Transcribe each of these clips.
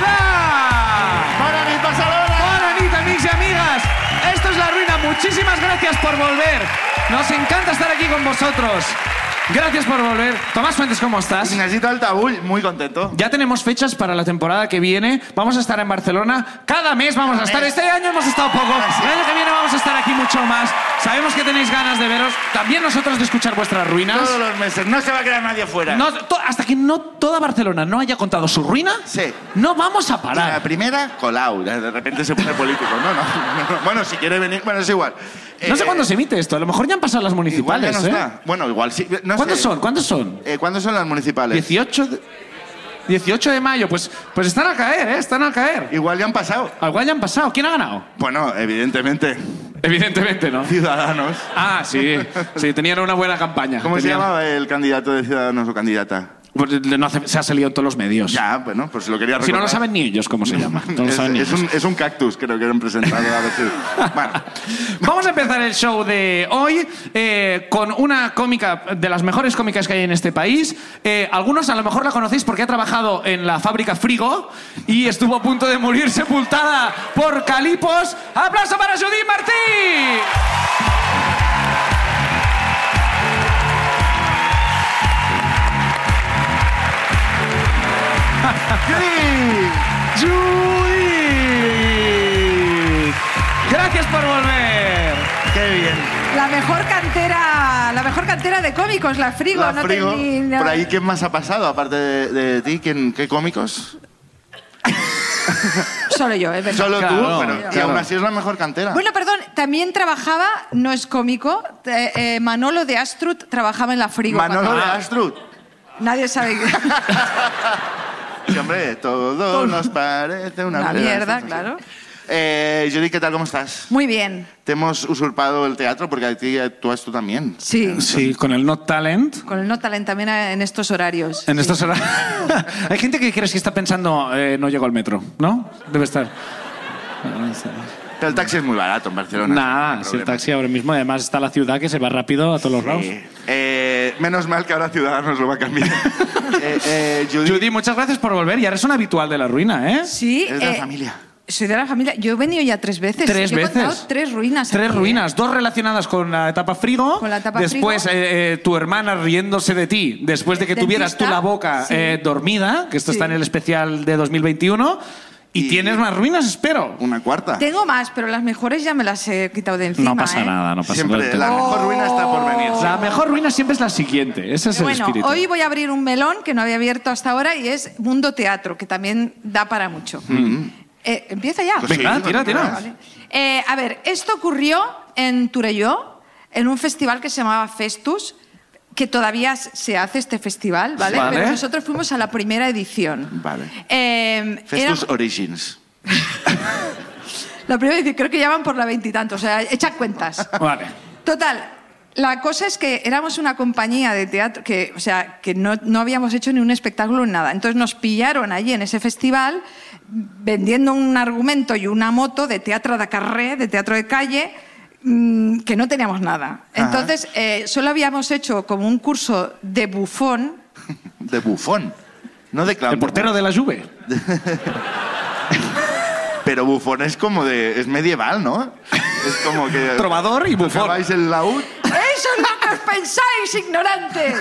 ciudad. ¡Para Barcelona! Hola, nit, amics y amigas. Esto es La Ruina. Muchísimas gracias por volver. Nos encanta estar aquí con vosotros. Gracias por volver. Tomás Fuentes, ¿cómo estás? Necesito el tabull, muy contento. Ya tenemos fechas para la temporada que viene. Vamos a estar en Barcelona. Cada mes vamos a estar. mes. Este año hemos estado poco. Así El es. año que viene vamos a estar aquí mucho más. Sabemos que tenéis ganas de veros. También nosotros de escuchar vuestras ruinas. Todos los meses, no se va a quedar nadie fuera. No, to- hasta que no toda Barcelona no haya contado su ruina, Sí. no vamos a Y La parar. primera, Colau. De repente se pone político. No, no. no, no. Bueno, si quiere venir, bueno, es igual. No sé Eh, cuándo se emite esto. A lo mejor ya han pasado las Igual ya municipales. no ¿eh? está. Bueno, igual sí. No ¿Cuántos sé. son? ¿Cuántos son? Eh, ¿Cuándo son las municipales? 18 de, 18 de mayo. Pues, pues están al caer, ¿eh? Están al caer. Igual ya han pasado. Igual ya han pasado. ¿Quién ha ganado? Bueno, evidentemente, Evidentemente, ¿no? Ciudadanos. Ah, sí. Sí, tenían una buena campaña. ¿Cómo se Tenían- llamaba el candidato de Ciudadanos o candidata? Pues, no hace- se ha salido en todos los medios. Ya, bueno, pues lo quería recordar. Si no lo saben ni ellos cómo se llama. No lo es, saben ni es ellos. un, es un cactus, creo que lo han presentado. A ver si- Bueno, Vamos a empezar el show de hoy eh, con una cómica de las mejores cómicas que hay en este país. Eh, algunos a lo mejor la conocéis porque ha trabajado en la fábrica Frigo y estuvo a punto de morir sepultada por calipos. ¡Aplauso para Judith Martí! ¡Judith! Gracias por volver. qué bien. La mejor cantera, la mejor cantera de cómicos, la Frigo, La no te- Frigo, ni- no- Por ahí, ¿quién más ha pasado? Aparte de, de ti, ¿quién, ¿qué cómicos? Solo yo, es verdad. Solo Claro, tú, pero y claro. aún así es la mejor cantera. Bueno, perdón, también trabajaba, no es cómico, eh, eh, Manolo de Astrut trabajaba en la Frigo. Manolo de cuando- Astrud. Nadie sabe que... Sí, hombre, todo nos parece una, Una mierda, sí, sí, sí. claro. Eh, Judy, ¿qué tal? ¿Cómo estás? Muy bien, Te hemos usurpado el teatro porque a ti actúas tú también. sí. Sí, con el Not Talent. Con el no talent también eh, en estos horarios. En sí. estos horarios. Hay gente que crees que está pensando, eh, no llego al metro, ¿no? Debe estar. Pero el taxi es muy barato en Barcelona. Nada, no hay si el problema. taxi ahora mismo, además está la ciudad que se va rápido a todos los lados. Sí. Eh, menos mal que ahora Ciudadanos lo va a cambiar. eh, eh, Judy, Judy, muchas gracias por volver y ahora es una habitual de la ruina, ¿eh? Sí. eres de la eh, familia. Soy de la familia. Yo he venido ya tres veces. Tres Yo he contado veces. tres ruinas. Tres aquí, ¿eh? ruinas, dos relacionadas con la etapa frigo. Con la etapa después, frigo. eh, eh, tu hermana riéndose de ti, después de que El tuvieras tú dentista, la boca sí. eh, dormida, que esto Sí. está en el especial de 2021. Y, Y- tienes más ruinas, espero. Una cuarta. Tengo más, pero las mejores ya me las he quitado de encima. No pasa ¿eh? nada, no pasa Siempre nada. la mejor ruina está por venir. La mejor ruina siempre es la siguiente. Ese es el Bueno, espíritu. hoy voy a abrir un melón que no había abierto hasta ahora y es Mundo Teatro, que también da para mucho. Eh, ¿Empieza ya? Pues Mm. Venga, Sí, tira, cuando tira. quieras. Vale. Eh, a ver, esto ocurrió en Turelló, en un festival que se llamaba Festus, que todavía s- se hace este festival, ¿vale? Vale. Pero nosotros fuimos a la primera edición. Vale. Eh, era- Festus Origins. la primera edición, creo que ya van por la veintitantos, o sea, echan cuentas. Vale. Total, la cosa es que éramos una compañía de teatro que, o sea, que no, no habíamos hecho ni un espectáculo ni nada. Entonces nos pillaron allí en ese festival vendiendo un argumento y una moto de teatro de carré, de teatro de calle, mm, que no teníamos nada. Entonces eh, solo habíamos hecho como un curso de bufón. De bufón. No de clown. El portero de la Juve. Pero bufón es como de. Es medieval, ¿no? Es como que. Trovador y bufón. Acabáis el laúd. ¡Eso es lo que os pensáis, ignorantes!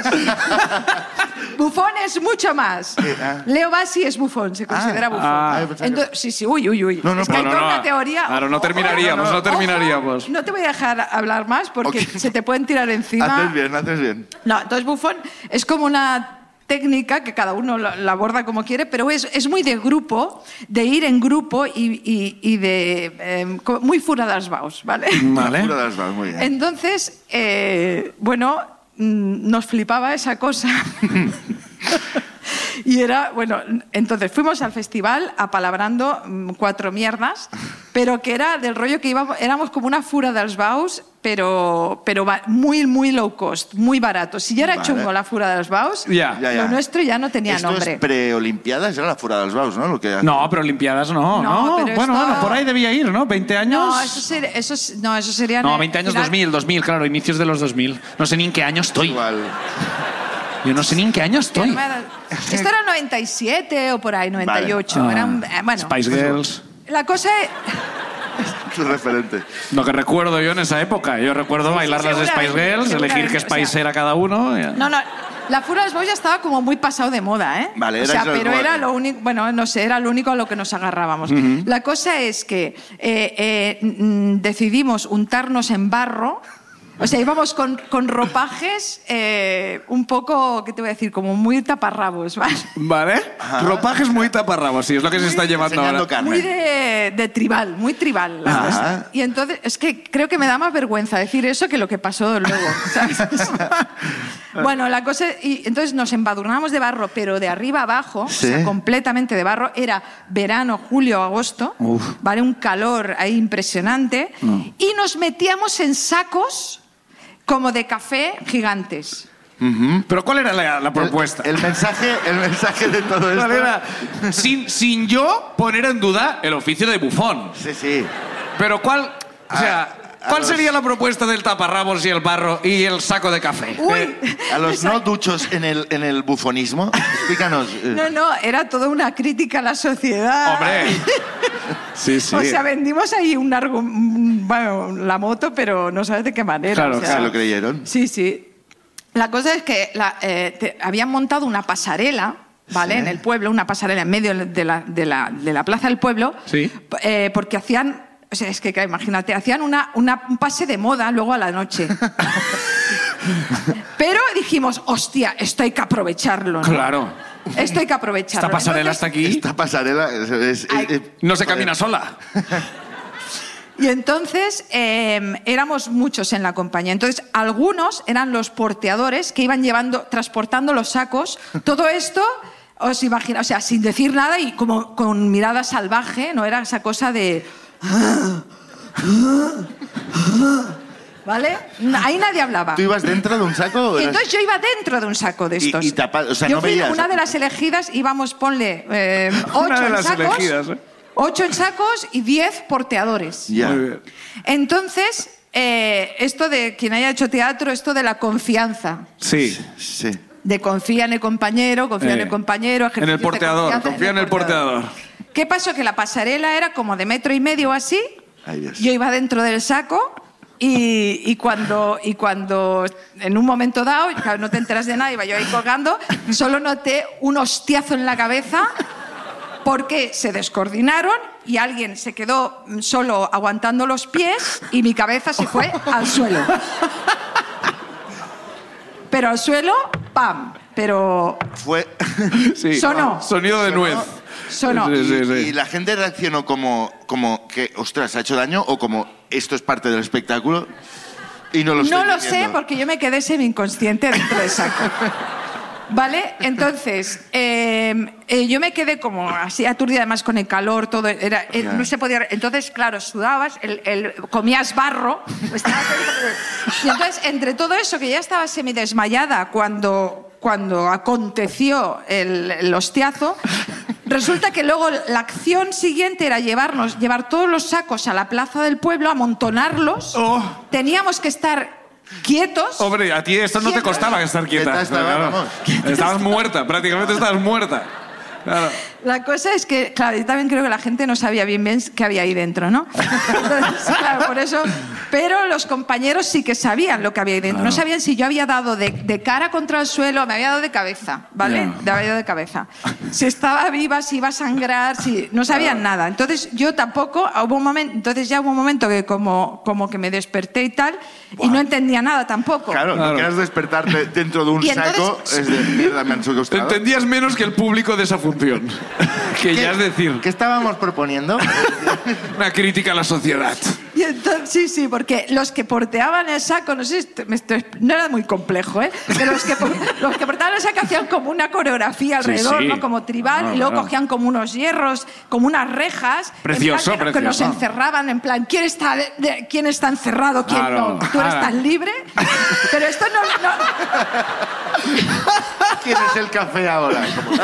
bufón es mucho más. Eh, ah. Leo Bassi es bufón, se considera bufón. ah. Ay, pensaba que- Ento- sí, sí, uy, uy, uy. No, no, es que hay no, toda no, una no. teoría. Claro, no terminaríamos, Ojo, no terminaríamos. ojo, No te voy a dejar hablar más porque Ok. se te pueden tirar encima. Haces bien, haces bien. No, entonces bufón es como una técnica que cada uno la la aborda como quiere, pero es, es muy de grupo, de ir en grupo y, y- y de eh, co- muy fuera das baus, ¿vale? Vale. Puro das Val, muy bien. Entonces, eh, bueno, mm, nos flipaba esa cosa. y era, bueno, entonces fuimos al festival apalabrando mm, cuatro mierdas, pero que era del rollo que íbamos, éramos como una fura dels baus, pero, pero va- muy, muy low cost, muy barato. Si ya era Vale. chungo la fura dels baus, Ya. Ya, ya. lo nuestro ya no tenía Esto nombre. es preolimpiadas, era la furada dels baus, ¿no? Lo que No, pero Olimpiadas no, No, ¿no? pero bueno, esto- bueno, por ahí debía ir, ¿no? ¿20 años? No, eso, ser- eso es- no, eso sería... No, 20 años, 2000, 2000, claro, inicios de los 2000. No sé ni en qué año estoy. Igual. Yo no sé ni en qué año Que estoy. no me da- Esto era 97 o por ahí, 98. Ah, era un- eh, bueno, Spice Girls. la cosa e- es... Tu referente. Lo que recuerdo yo en esa época. Yo recuerdo bailar las de Spice seguramente, Girls, elegir seguramente, qué o Spice sea- era cada uno. y- No, no, la Fura Boys ya estaba como muy pasado de moda, ¿eh? Vale, o era sea, eso, pero como- era lo único, bueno, no sé, era lo único a lo que nos agarrábamos. La cosa es que eh, eh, mm, decidimos untarnos en barro. O sea, íbamos con, con ropajes eh, un poco, ¿qué te voy a decir? Como muy taparrabos, ¿vale? ¿Vale? Ropajes muy taparrabos, sí, es lo que se está llevando Enseñando ahora. Carmen. Muy de, de tribal, muy tribal. la Ajá. cosa. Y entonces, es que creo que me da más vergüenza decir eso que lo que pasó luego. ¿sabes? bueno, la cosa. Y entonces nos embadurnamos de barro, pero de arriba abajo, Sí. o sea, completamente de barro. Era verano, julio, agosto, Uf. ¿vale? Un calor ahí impresionante. Mm. Y nos metíamos en sacos como de café gigantes. Mm. Pero ¿cuál era la, la propuesta? El, el mensaje, el mensaje de todo esto. ¿Cuál era? Sin, sin yo poner en duda el oficio de bufón. Sí, sí. Pero ¿cuál, o sea, A- a ¿cuál los- sería la propuesta del taparrabos y el barro y el saco de café? Eh. ¡Uy! A los no duchos en el, en el bufonismo, explícanos. eh, No, no, era toda una crítica a la sociedad. Hombre. Sí, sí. O sea, vendimos ahí un argu- mm, bueno, la moto, pero no sabes de qué manera. Claro, o sea. ¿Se lo creyeron? Sí, sí. La cosa es que la, eh, te- habían montado una pasarela, ¿vale? En el pueblo, una pasarela en medio de la, de la- de la plaza del pueblo, Sí. p- eh, porque hacían, o sea, es que claro, imagínate, hacían una, una- un pase de moda luego a la noche. Pero dijimos, hostia, esto hay que aprovecharlo. ¿no? claro. Esto hay que aprovecharlo. Esta pasarela Entonces, está aquí. Esta pasarela es- es- Ay. eh, No se joder. camina sola. Y entonces eh, éramos muchos en la compañía. Entonces, algunos eran los porteadores que iban llevando, transportando los sacos. Todo esto, os imagino, o sea, sin decir nada y como con mirada salvaje, no era esa cosa de. ¿Vale? Ahí nadie hablaba. ¿Tú ibas dentro de un saco? o Y eras- entonces yo iba dentro de un saco de Y- estos. y tapa- o sea, yo no fui veías. una de las elegidas, íbamos, ponle, eh, ocho de en las sacos. elegidas, ¿eh? Ocho en sacos y diez porteadores. Ya. Muy bien. Entonces, eh, esto de quien haya hecho teatro, esto de la confianza. Sí. Sí. De confía en el compañero, confía en Eh, el compañero. en el ejercicios de porteador, confianza, confía en el porteador. ¿Qué pasó? Que la pasarela era como de metro y medio o así. Ay, Dios. Yo iba dentro del saco y, y cuando, y cuando en un momento dado, claro, no te enteras de nada, iba yo ahí colgando, solo noté un hostiazo en la cabeza porque se descoordinaron y alguien se quedó solo aguantando los pies y mi cabeza se fue al suelo. Pero al suelo, ¡pam! Pero Fue... sí. Sonó. Sonido de Sonó. nuez. Sonó. Sí, sí, sí. Y la gente reaccionó como, como que, ostras, ha hecho daño o como esto es parte del espectáculo y no lo No estoy lo viviendo. sé porque yo me quedé semi-inconsciente dentro del saco. ¿Vale? Entonces, eh, eh, yo me quedé como así aturdida, además con el calor, todo. Era, eh, Ya. no se podía. Entonces, claro, sudabas, el- el- comías barro. estabas- y entonces, entre todo eso, que ya estaba semidesmayada cuando, cuando aconteció el, el hostiazo. Resulta que luego la acción siguiente era llevarnos, llevar todos los sacos a la plaza del pueblo, amontonarlos. Oh. Teníamos que estar quietos. Hombre, a ti esto no te costaba estar quieta. Quieta estaba, Claro. vamos. Estabas muerta, prácticamente estabas muerta. Claro. La cosa es que, claro, yo también creo que la gente no sabía bien bien qué había ahí dentro, ¿no? Entonces, claro, por eso. Pero los compañeros sí que sabían lo que había ahí dentro. No sabían si yo había dado de, de cara contra el suelo, me había dado de cabeza, ¿vale? Ya. Me había dado de cabeza. Si estaba viva, si iba a sangrar, si no sabían nada. Entonces yo tampoco. Hubo un momento, entonces ya hubo un momento que como como que me desperté y tal y no entendía nada tampoco. Claro, Claro. no quieras despertarte dentro de un Y entonces- saco. Es de mierda, me han secuestrado. Entendías menos que el público de esa función. que ¿Qué- ya es decir, ¿Qué estábamos proponiendo? una crítica a la sociedad. Y entonces, sí, sí, porque los que porteaban el saco, no sé, si te- me estoy- no era muy complejo, ¿eh? Pero los que, por- los que porteaban el saco hacían como una coreografía Sí, alrededor, sí. ¿no? Como tribal, Ah, y luego claro. cogían como unos hierros, como unas rejas. en Precioso, plan que, que nos precioso. encerraban, en plan, ¿quién está, de- quién está encerrado, quién Claro, no? Tú eres claro. tan libre. Pero esto no- no, ¿Quién es el café ahora? Como,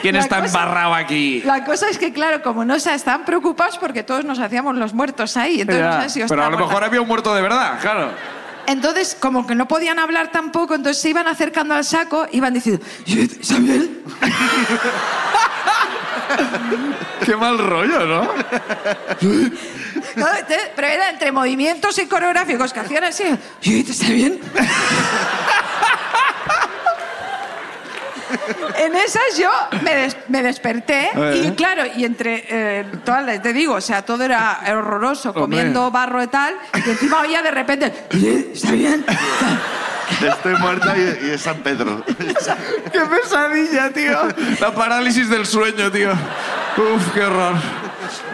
¿Quién La está cosa- embarrado aquí? La cosa es que, claro, como no se estaban preocupados porque todos nos hacíamos los muertos ahí, entonces no Ya. sabes si yo Pero a estaba lo mejor muerta. había un muerto de verdad, claro. Entonces, como que no podían hablar tampoco, entonces se iban acercando al saco, iban diciendo, este, Isabel. Qué mal rollo, ¿no? No, te- Pero era entre movimientos y coreográficos que hacían así. este, "Sí, ¿Está bien? En esas yo me, des- me desperté y Eh. claro, y entre, eh, todas las- te digo, o sea, todo era horroroso, Hombre. comiendo barro y tal, y encima oía de repente, este, "Sí, ¿está bien? Estoy muerta y, y es San Pedro. Qué pesadilla, tío. La parálisis del sueño, tío. Uf, qué horror.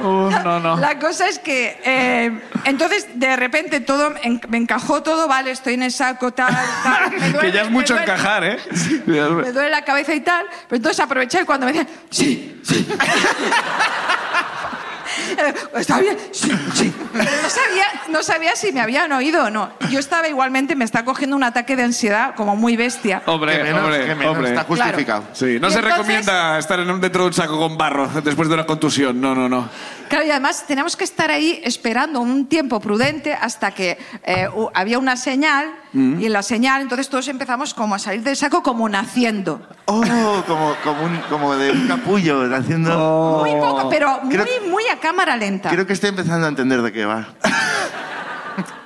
Uf, no, no. La cosa es que eh, entonces de repente todo en- me encajó todo, vale, estoy en el saco, tal, tal. me duele, Que ya es me mucho duele. encajar, ¿eh? me duele la cabeza y tal, pero entonces aproveché y cuando me decían, sí, sí. Eh, Está bien, sí, sí. Pero no sabía, no sabía si me habían oído o no. Yo estaba igualmente, me está cogiendo un ataque de ansiedad como muy bestia. Hombre, Qué menos, hombre, qué menos. hombre. Está justificado. Sí, no Y se entonces- recomienda estar en un- dentro de un saco con barro después de una contusión. No, no, no. Claro, y además teníamos que estar ahí esperando un tiempo prudente hasta que eh, u- había una señal Mm. y en la señal entonces todos empezamos como a salir del saco como naciendo. Oh, como, como, un, como de un capullo Oh. haciendo... Muy poco, pero muy, Oh. Creo- muy a cámara lenta. Creo que estoy empezando a entender de qué va.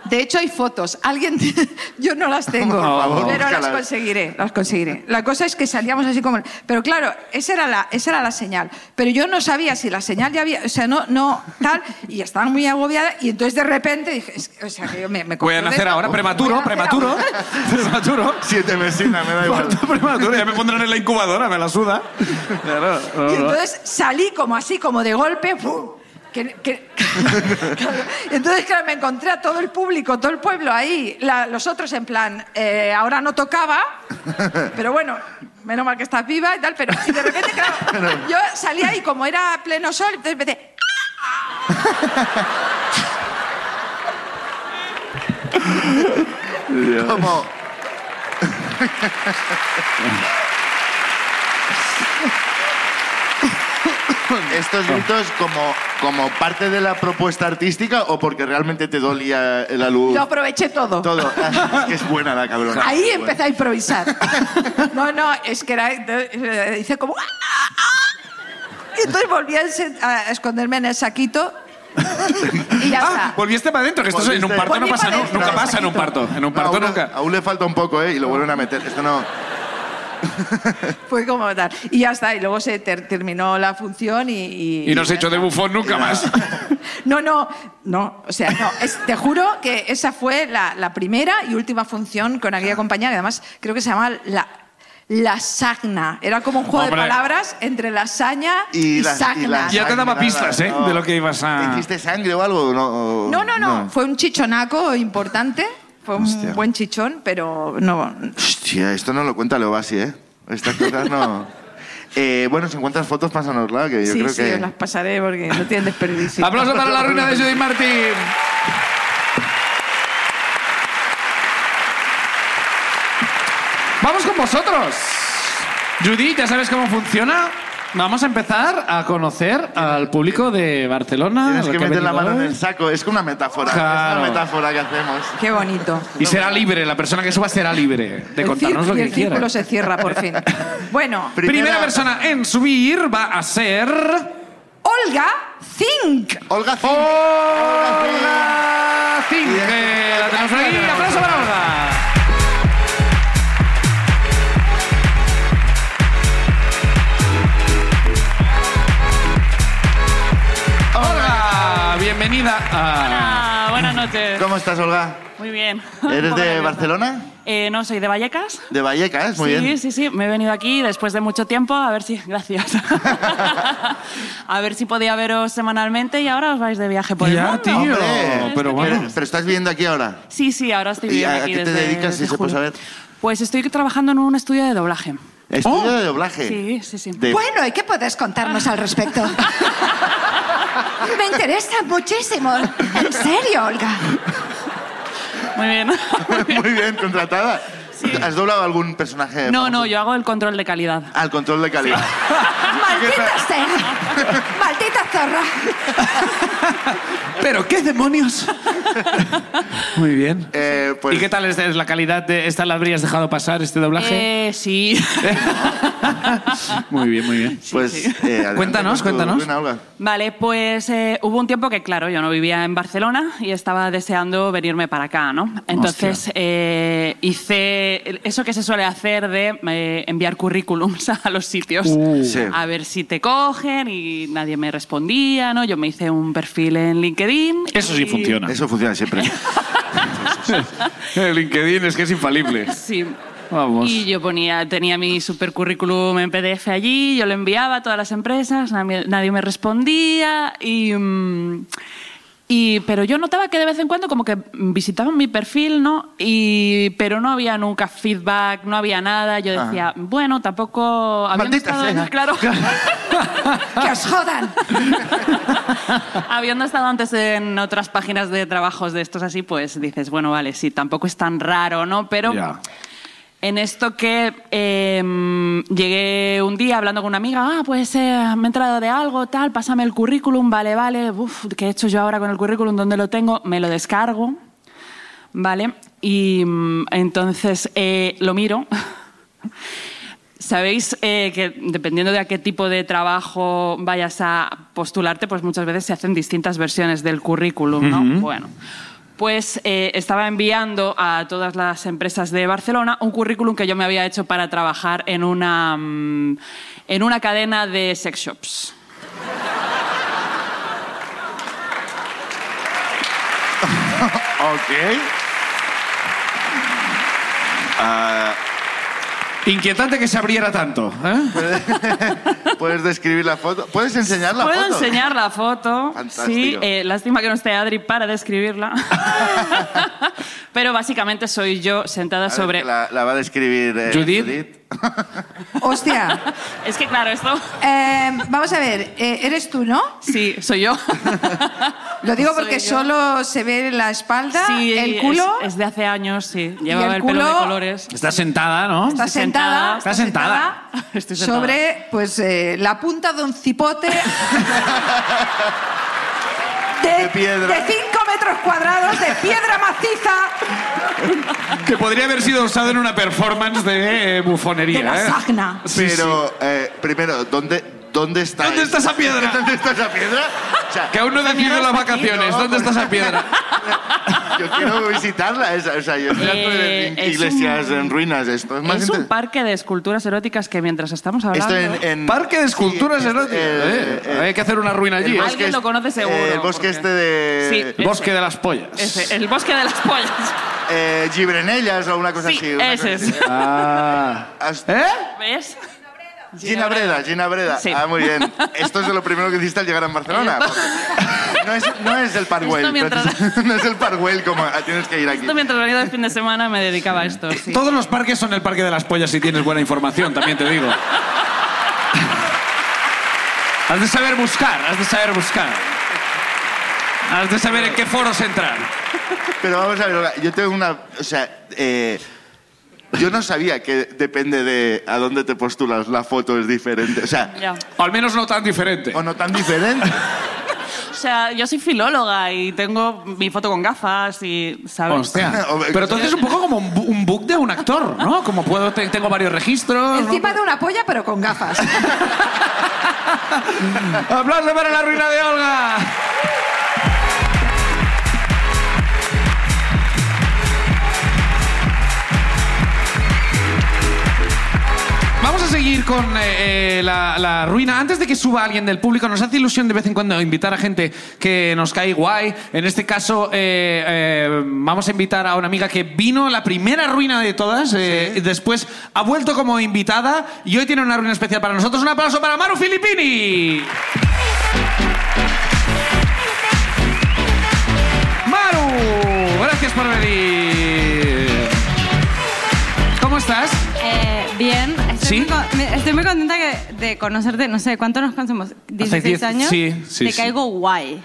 De hecho, hay fotos. Alguien. Yo no las tengo. Por favor, pero las búscalas. conseguiré, las conseguiré. La cosa es que salíamos así como. Pero claro, esa era la, esa era la señal. Pero yo no sabía si la señal ya había. O sea, no, no, tal. Y estaba muy agobiada. Y entonces de repente dije. es que- o sea, que yo me. me Voy a cogió nacer de- ahora, Voy a prematuro, nacer prematuro. ahora. Prematuro. Siete vecinas, me da igual. Parto prematuro, ya me pondrán en la incubadora, me la suda. Claro, no, Y no. entonces salí como así, como de golpe. ¡pum! Que- que- Y entonces, claro, me encontré a todo el público, todo el pueblo ahí, la- los otros en plan, eh, ahora no tocaba, pero bueno, menos mal que estás viva y tal, pero y de repente, claro, yo salí ahí como era pleno sol, entonces empecé... Como... Estos gritos como, como parte de la propuesta artística o porque realmente te dolía la luz. Lo aproveché todo. Todo. Ah, Es que es buena la cabrona. Ahí Ah, Es buena. empecé a improvisar. No, no, es que era. eh, Hice como. ¡ah, ah, ah! Y entonces volví a, ense- a esconderme en el saquito. Y ya Ah, está. volviste para adentro, que esto es- en un Volviste. Ah, parto no Volví pasa, para nu- adentro. nunca pasa en un parto. En un No, parto aún, nunca. aún le falta un poco, ¿eh? Y lo vuelven a meter. Esto no. Fue como tal. Y ya está. Y luego se ter- terminó la función y. y- Y no se echó de bufón nunca Ah, más. No, no, no. O sea, no. Es- te juro que esa fue la, la primera y última función con aquella compañía, que además creo que se llama La. La sagna. Era como un juego Hombre. de palabras entre lasaña y, Y la- y sagna. la Ya te daba sangrada, pistas, ¿eh? no. De lo que ibas a. ¿Te hiciste sangre o algo? No, o- No, no, no, Fue un chichonaco importante. Fue un Hostia. buen chichón, pero no. Hostia, esto no lo cuenta Leobasi, ¿eh? Estas cosas no. Eh, bueno, si encuentras fotos, pásanosla, que yo sí, creo sí, que. os las pasaré porque no tienen desperdicio. Aplauso para la ruina de Judith Martín. Vamos con vosotros. Judith, ya sabes cómo funciona. Vamos a empezar a conocer al público de Barcelona. Tienes al que ha meter la venido mano en hoy. el saco. Es que una metáfora. Claro. Es una metáfora que hacemos. Qué bonito. Y será libre, la persona que suba será libre de El contarnos círculo- lo y que el círculo quiera. se cierra por fin. Bueno, Pri- Primera Primera- persona en subir va a ser. Olga Zink. Olga Zin. Oh. Olga Zink. Y de- La tenemos por aquí. Aplauso para Olga. Olga, bienvenida a. Hola, Ah, buenas noches. ¿Cómo estás, Olga? Muy bien. Un ¿Eres poco de nerviosa. Barcelona? Eh, no, soy de Vallecas. De Vallecas, muy sí, bien. sí, sí. Me he venido aquí después de mucho tiempo. A ver si. Gracias. a ver si podía veros semanalmente y ahora os vais de viaje por el Ya, mundo. tío. Hombre, Pero bueno. Pero, pero estás viviendo aquí ahora. Sí, sí, ahora estoy ¿Y viviendo a, a aquí qué te desde- dedicas, si desde se puede julio. saber? Pues estoy trabajando en un estudio de doblaje. Estudio Oh. de doblaje. Sí, sí, sí. De- Bueno, ¿y qué puedes contarnos al respecto? Me interesa muchísimo. En serio, Olga. Muy bien. Muy bien, contratada. ¿Has doblado algún personaje? No, no, famoso? yo hago el control de calidad. Al control de calidad. ¡Maldita sea! ¡Maldita zorra! ¿Pero qué demonios? Muy bien. Eh, pues- ¿Y qué tal es es la calidad de esta? ¿La habrías dejado pasar este doblaje? Eh, sí. Muy bien, muy bien. Pues, eh, adelante Cuéntanos, con tu cuéntanos. ruina, Olga. Vale, pues eh, hubo un tiempo que, claro, yo no vivía en Barcelona y estaba deseando venirme para acá, ¿no? Entonces eh, hice eso que se suele hacer de eh, enviar currículums a los sitios Uh, Sí. a ver si te cogen y nadie me respondía, ¿no? Yo me hice un perfil en LinkedIn. Eso sí y- funciona. Eso funciona siempre. El LinkedIn es que es infalible. Sí. Vamos. Y yo ponía, tenía mi supercurrículum en PDF allí, yo lo enviaba a todas las empresas, nadie, nadie me respondía y, mm, y- pero yo notaba que de vez en cuando como que visitaban mi perfil, ¿no? Y pero no había nunca feedback, no había nada. Yo decía, bueno, tampoco habían Maldita estado, sea. claro, ¡Que os jodan! habiendo estado antes en otras páginas de trabajos de estos así, pues dices, bueno, vale, sí, tampoco es tan raro, ¿no? Pero Ya. En esto que em, llegué un día hablando con una amiga, ah, pues eh, me he entrado de algo, tal, pásame el currículum, vale, vale, uf, ¿qué he hecho yo ahora con el currículum? ¿Dónde lo tengo? Me lo descargo, ¿vale? Y mm, entonces eh, lo miro. Sabéis eh, que dependiendo de a qué tipo de trabajo vayas a postularte, pues muchas veces se hacen distintas versiones del currículum, ¿no? Bueno, pues eh, estaba enviando a todas las empresas de Barcelona un currículum que yo me había hecho para trabajar en una, mm, en una cadena de sex shops. ok. Ah, Inquietante que se abriera tanto. ¿eh? ¿Puedes describir la foto? ¿Puedes enseñar la Puedo foto? enseñar la foto. Sí, Fantástico. eh, lástima que no esté Adri para describirla. Pero básicamente soy yo sentada A ver, sobre... que La, la va a describir eh, Judith. Hostia. Es que claro, esto... Eh, vamos a ver, eh, eres tú, ¿no? Sí, soy yo. Lo digo Soy porque yo. solo se ve la espalda, Sí, el culo. Es, es de hace años, sí. el Llevaba el, pelo de culo- colores. Está sentada, ¿no? Está Estoy sentada, sentada. Está sentada. Estoy sentada. sobre pues eh, la punta de un cipote de, De piedra. 5 metros cuadrados de piedra maciza Que podría haber sido usado en una performance de eh, bufonería. de la ¿eh? sagna. Sí, sí. Pero, eh, primero, ¿dónde, dónde está ¿Dónde está esa piedra? ¿Dónde está esa piedra? O sea, Que aún no he decidido las vacaciones. ¿no? ¿Dónde está esa piedra? yo quiero visitarla. esa- o sea, yo estoy harto de Eh, in- es iglesias un- en ruinas. Esto es más Es un inter- parque de esculturas eróticas que mientras estamos hablando... Esto en, en- Parque de esculturas Sí, eróticas. eh, eh. Hay que hacer una ruina allí. el ¿eh? bosque Alguien lo es- conoce seguro, eh, el bosque porque- este de Sí. Bosque ese. de las pollas. Ese, el bosque de las pollas. eh, Gibrenellas o una cosa Sí, así. una ese cosa así. es. Ah. Has- ¿Eh? ¿Ves? Gina Breda, Gina Breda. Sí. Ah, muy bien. Esto es de lo primero que hiciste al llegar a Barcelona. porque No es, no es el Parkwell. Esto mientras- precis- No es el Parkwell como ah, tienes que ir aquí. Esto mientras venía del fin de semana me dedicaba a esto. sí. Todos los parques son el parque de las pollas si tienes buena información, también te digo. has de saber buscar, has de saber buscar. Has de saber en qué foros entrar. Pero vamos a ver, Olga, yo tengo una... O sea, eh, yo no sabía que depende de a dónde te postulas la foto es diferente. O sea, Ya. O al menos no tan diferente. o no tan diferente. O sea, yo soy filóloga y tengo mi foto con gafas y, ¿sabes? Hostia. Pero entonces es un poco como un, bu- un book de un actor, ¿no? Como puedo, te- tengo varios registros. ¿no? Encima de una polla pero con gafas. ¡Aplauso para la ruina de Olga! Vamos a seguir con eh, eh, la, la ruina. Antes de que suba alguien del público, nos hace ilusión de vez en cuando invitar a gente que nos cae guay. En este caso, eh, eh, vamos a invitar a una amiga que vino a la primera ruina de todas. eh, y Después ha vuelto como invitada y hoy tiene una ruina especial para nosotros. Un aplauso para Maru Filippini. Maru, gracias por venir. ¿Cómo estás? Eh, bien, estoy, ¿Sí? muy con- me- estoy muy contenta que- de conocerte. No sé, ¿cuánto nos conocemos? ¿16 diez- años? sí, sí, Te sí. caigo guay.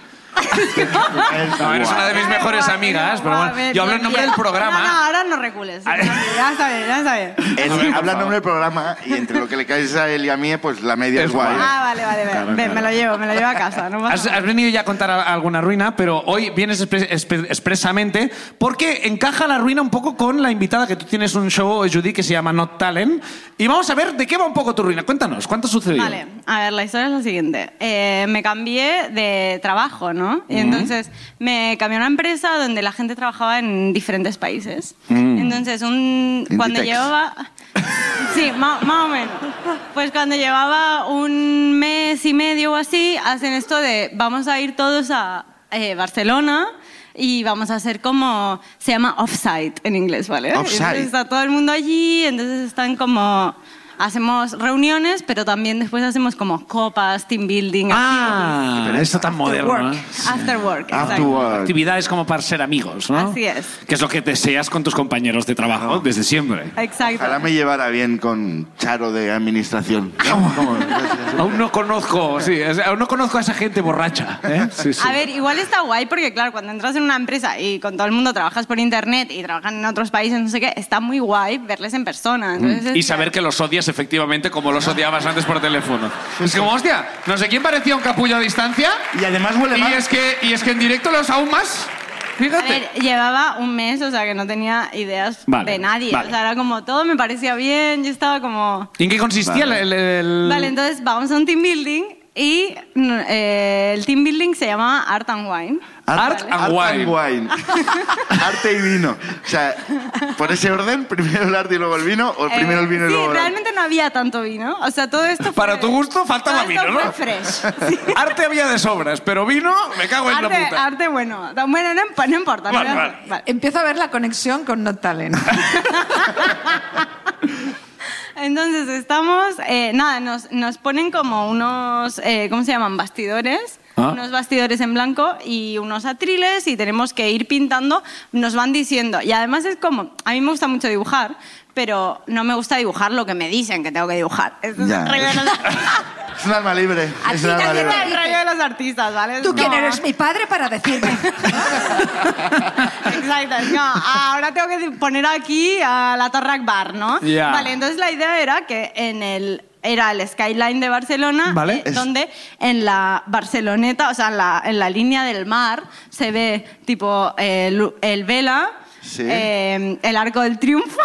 No, eres una de mis Ya me mejores voy, amigas, pero a bueno, ver, yo hablo no en nombre del quiero. programa. No, no, ahora no recules. Ya está bien, ya está bien. Él A ver, por habla en favor. nombre del programa y entre lo que le caes a él y a mí, pues la media Es es guay. guay. Ah, vale, vale, vale. Ven, me lo llevo, me lo llevo a casa. No pasa Has, nada. has venido ya a contar a- alguna ruina, pero hoy vienes expre- espe- expresamente porque encaja la ruina un poco con la invitada que tú tienes un show, Judy, que se llama Not Talent. Y vamos a ver de qué va un poco tu ruina. Cuéntanos, ¿cuánto sucedió? Vale, a ver, la historia es la siguiente. Eh, me cambié de trabajo, ¿no? Mm. Y entonces me cambié a una empresa donde la gente trabajaba en diferentes países. Mm. Entonces, un, cuando Inditex. llevaba... Sí, ma- más o menos. Pues cuando llevaba un mes y medio o así, hacen esto de vamos a ir todos a eh, Barcelona y vamos a hacer como... Se llama offsite en inglés, ¿vale? Offsite. Entonces, está todo el mundo allí, entonces están como... Hacemos reuniones, pero también después hacemos como copas, team building, Ah, esto tan moderno. work, ¿eh? after work. Ah, exacto. Afterward. Actividades como para ser amigos, ¿no? Así es. Que es lo que deseas con tus compañeros de trabajo desde siempre. Exacto. Ojalá me llevara bien con Charo de administración. ¿Cómo? Aún no conozco, sí, es- aún no conozco a esa gente borracha. ¿eh? Sí, sí. A ver, igual está guay porque, claro, cuando entras en una empresa y con todo el mundo trabajas por internet y trabajan en otros países, no sé qué, está muy guay verles en persona. Entonces, Mm. Y saber que los odias efectivamente como los odiabas antes por teléfono. Es como, hostia, no sé quién parecía un capullo a distancia. Y además huele Y mal. es que, y es que en directo los aún más. A Fíjate. ver, llevaba un mes, o sea, que no tenía ideas Vale, de nadie. vale. O sea, era como todo me parecía bien, yo estaba como... ¿Y en qué consistía el, el- el- Vale, entonces vamos a un team building y mm, eh, el team building se llamaba Art and Wine. Art and wine. wine. arte y vino. O sea, por ese orden, primero el arte y luego el vino, o Eh, primero el vino y sí, luego el arte. realmente no había tanto vino. O sea, todo esto. fue- Para tu gusto, faltaba todo esto vino, ¿no? Fue fresh. Sí. Arte había de sobras, pero vino, me cago en la Arte, puta. arte bueno. Da- Bueno, no, imp- no importa. no Vale, voy a- vale. Empiezo a ver la conexión con Not Talent. Entonces estamos, eh, nada, nos, nos ponen como unos, eh, ¿cómo se llaman? Bastidores. Ah. Unos bastidores en blanco y unos atriles y tenemos que ir pintando, nos van diciendo. Y además es como, a mí me gusta mucho dibujar, pero no me gusta dibujar lo que me dicen que tengo que dibujar. Esto Ya. es el rollo de los- Es un alma libre. A Es ti un alma nadie libre. el rollo de los artistas, ¿vale? Es ¿Tú quién como- eres mi padre para decirme? Exacto, es como, "Ah, ahora tengo que poner aquí a la Tarrac Bar, ¿no? Ya. Vale, entonces la idea era que en el era el skyline de Barcelona, Vale. eh, donde en la Barceloneta, o sea, en la, en la línea del mar, se ve tipo el, el Vela, Sí. eh, el Arco del Triunfo.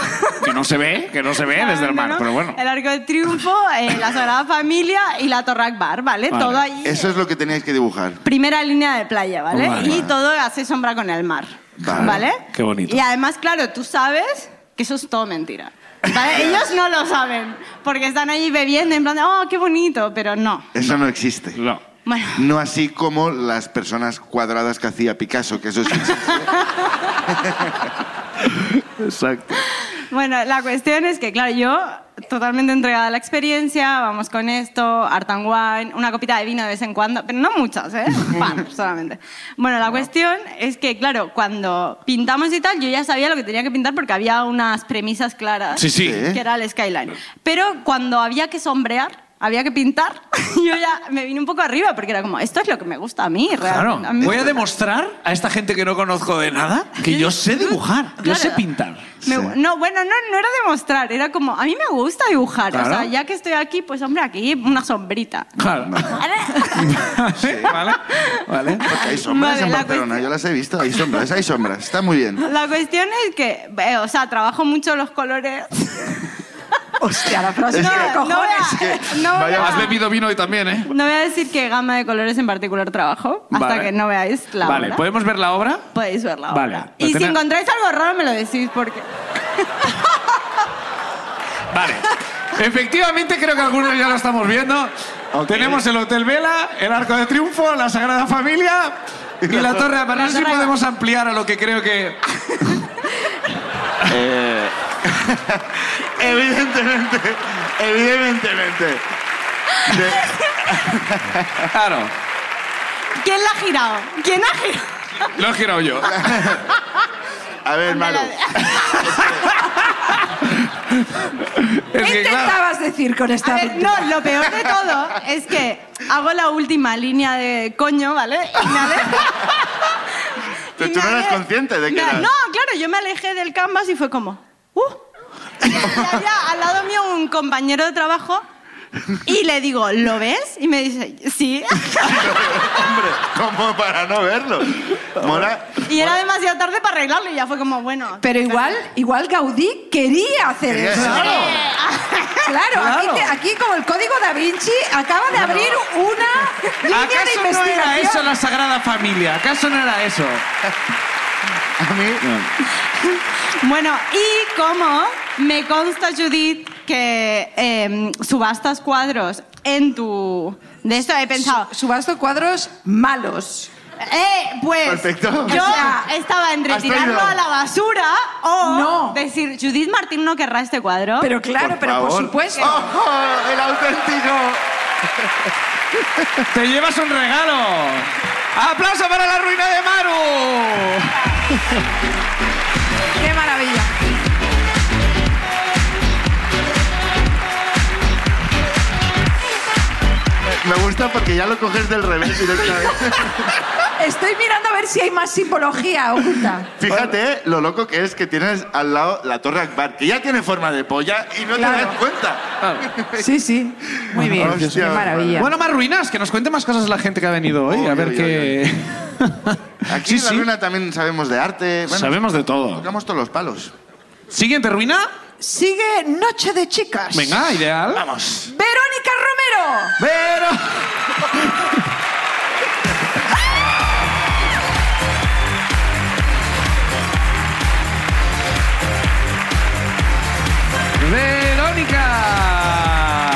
Que no se ve, que no se ve desde el mar, No, no. pero bueno. El Arco del Triunfo, eh, la Sagrada Familia y la Torrac Bar, ¿vale? Vale. Todo ahí. Eso es lo que teníais que dibujar. Primera línea de playa, ¿vale? Vale. Y todo hace sombra con el mar, Vale. ¿vale? Qué bonito. Y además, claro, tú sabes que eso es todo mentira. ¿vale? Ellos no lo saben, porque están allí bebiendo en plan, de, oh, qué bonito, pero no. Eso no existe. No. Bueno, No así como las personas cuadradas que hacía Picasso, que eso sí existe. Exacto. bueno, la cuestión es que, claro, yo totalmente entregada a la experiencia, vamos con esto, art and wine, una copita de vino de vez en cuando, pero no muchas, ¿eh? Un par solamente. Bueno, la cuestión es que, claro, cuando pintamos y tal, yo ya sabía lo que tenía que pintar porque había unas premisas claras. Sí, sí. Sí. que era el skyline. Pero cuando había que sombrear, había que pintar, yo ya me vine un poco arriba porque era como, esto es lo que me gusta a mí, Claro. realmente. A mí me Voy a gusta. demostrar a esta gente que no conozco de nada que yo sé dibujar, yo Claro. sé pintar. Me- Sí. No, bueno, no, no era demostrar, era como, a mí me gusta dibujar, Claro. o sea, ya que estoy aquí, pues hombre, aquí una sombrita. Claro. ¿Vale? ¿Vale? Porque hay sombras Vale, en la Barcelona, cuestión- yo las he visto. Hay sombras, hay sombras. Está muy bien. La cuestión es que, eh, o sea, trabajo mucho los colores. Hostia, la frase. Es no, que- no voy a- no voy vaya- a- Has bebido vino hoy también, ¿eh? no voy a decir qué gama de colores en particular trabajo hasta Vale. que no veáis la Vale, obra. ¿podemos ver la obra? Podéis verla Vale. pues ahora. Pero Y si tened- encontráis algo raro me lo decís porque... Vale. Efectivamente, creo que algunos ya lo estamos viendo. Ok. Tenemos el Hotel Vela, el Arco de Triunfo, la Sagrada Familia y la Torre de Amarás. Si Torre- podemos ampliar a lo que creo que. Evidentemente, evidentemente. De- Claro, ¿Quién la ha girado? ¿Quién ha girado? lo he girado yo. a ver, Maru. Es ¿Qué que, claro, intentabas decir con A esta ver, ruptura? no, lo peor de todo es que hago la última línea de coño, ¿vale? Y me alejo. Pero Y tú no me eras ale- consciente de que me- eras- No, claro, yo me alejé del canvas y fue como... ¡Uh! Y había al lado mío un compañero de trabajo y le digo, ¿lo ves? Y me dice, sí. Hombre, como para no verlo. Mola. Y era demasiado tarde para arreglarlo y ya fue como, bueno... Pero igual, igual Gaudí quería hacer Quería eso. hacerlo. Claro, Claro. Aquí, te- aquí como el código da Vinci acaba de abrir una línea de ¿Acaso no investigación. era eso la Sagrada Familia? ¿Acaso no era eso? A mí. Bueno, y como me consta, Judith, que eh, subastas cuadros en tu... De esto he pensado... Su- Subasto cuadros malos. Eh, pues Perfecto. yo O sea, estaba entre has tirarlo traído. a la basura o No. decir, Judith Martín no querrá este cuadro. Pero claro, Por pero por favor. supuesto. ¡Oh, el auténtico! ¡Te llevas un regalo! ¡Aplauso para la ruina de Maru! ¡Qué maravilla! Me gusta porque ya lo coges del revés directamente. Estoy mirando a ver si hay más simbología oculta. Fíjate eh, lo loco que es que tienes al lado la Torre Akbar, que ya tiene forma de polla y no te Claro. das cuenta. Sí, sí. Muy bien. Hostia. Qué maravilla. Bueno, más ruinas, que nos cuente más cosas la gente que ha venido hoy. Oy, a ver oy, qué. Aquí en Sí, la sí. ruina también sabemos de arte. Bueno, Sabemos ¿Eh? de todo. Tocamos todos los palos. Siguiente ruina. Sigue Noche de Chicas. Venga, ideal. Vamos. Verónica Romero. Pero. Verónica.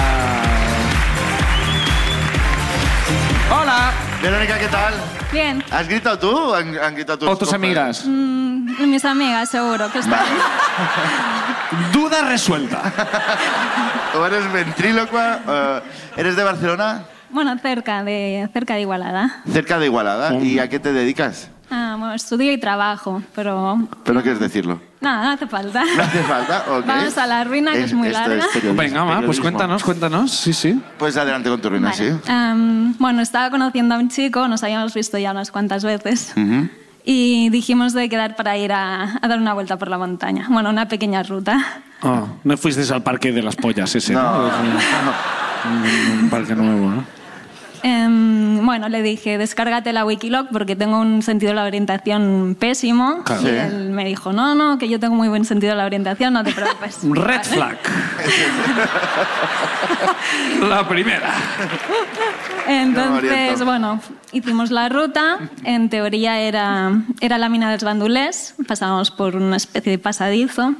Hola. Verónica, ¿qué tal? Bien, ¿Has gritado tú o han, han gritado tus O tus amigas. compañeros? mm, mis amigas seguro que están. Duda resuelta. ¿O eres ventrílocua? eh, ¿Eres de Barcelona? Bueno, cerca de, cerca de Igualada. Cerca de Igualada. ¿Y a qué te dedicas? Ah, bueno, estudio y trabajo, pero Pero no quieres decirlo. nada, no hace falta. No hace falta. ok. Vamos a la ruina, que es muy esto larga. periodismo, Venga, va, pues periodismo. cuéntanos, cuéntanos. Sí, sí. Pues adelante con tu ruina, Vale. sí. Am, bueno, estaba conociendo a un chico, nos habíamos visto ya unas cuantas veces. Y dijimos de quedar para ir a, a dar una vuelta por la montaña. Bueno, una pequeña ruta. Ah, no fuisteis al parque de las pollas ese, No. ¿no? Es un, un parque nuevo, ¿no? Em, bueno, le dije, descárgate la Wikiloc porque tengo un sentido de la orientación pésimo. Claro. Y Sí. él me dijo, no, no, que yo tengo muy buen sentido de la orientación, no te preocupes. Un Red flag. La primera. Entonces, oriento. bueno, hicimos la ruta. En teoría era, era la mina dels bandulés. Pasábamos por una especie de pasadizo.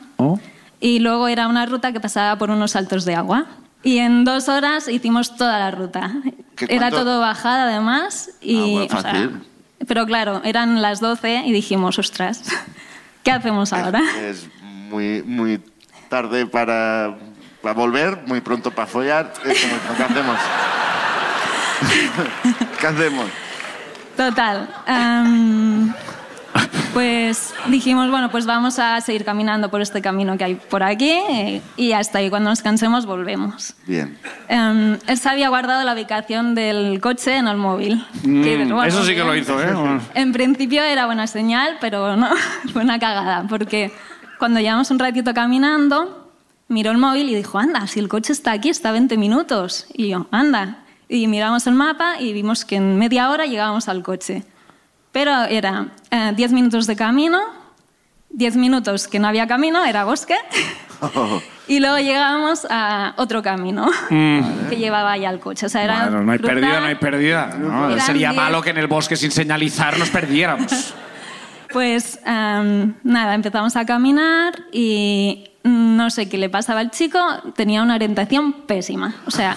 Y luego era una ruta que pasaba por unos saltos de agua. Y en dos horas hicimos toda la ruta. ¿Qué Era cuánto? todo bajada, además. Y, Ah, bueno, o sea, fácil. pero claro, eran las 12 y dijimos, ostras, ¿qué hacemos ahora? Es muy, muy tarde para, para volver, muy pronto para follar. Es como, ¿Qué hacemos? ¿Qué hacemos? Total. em, pues dijimos, bueno, pues vamos a seguir caminando por este camino que hay por aquí eh, y hasta ahí cuando nos cansemos volvemos. Bien. Em, él se había guardado la ubicación del coche en el móvil. Que, bueno, Mm, Eso sí que lo bien. hizo, ¿eh? En principio era buena señal, pero no, fue una cagada, porque cuando llevamos un ratito caminando, miró el móvil y dijo, anda, si el coche está aquí, está a 20 minutos. Y yo, anda. Y miramos el mapa y vimos que en media hora llegábamos al coche. Pero era eh, 10 minutos de camino, 10 minutos que no había camino, era bosque, y luego llegábamos a otro camino que llevaba ya al coche. O sea, era Mm. Bueno, no hay ruta- pérdida, no hay pérdida. ¿no? Eran Sería diez. malo que en el bosque sin señalizar nos perdiéramos. Pues em, nada, empezamos a caminar y no sé qué le pasaba al chico, tenía una orientación pésima. O sea,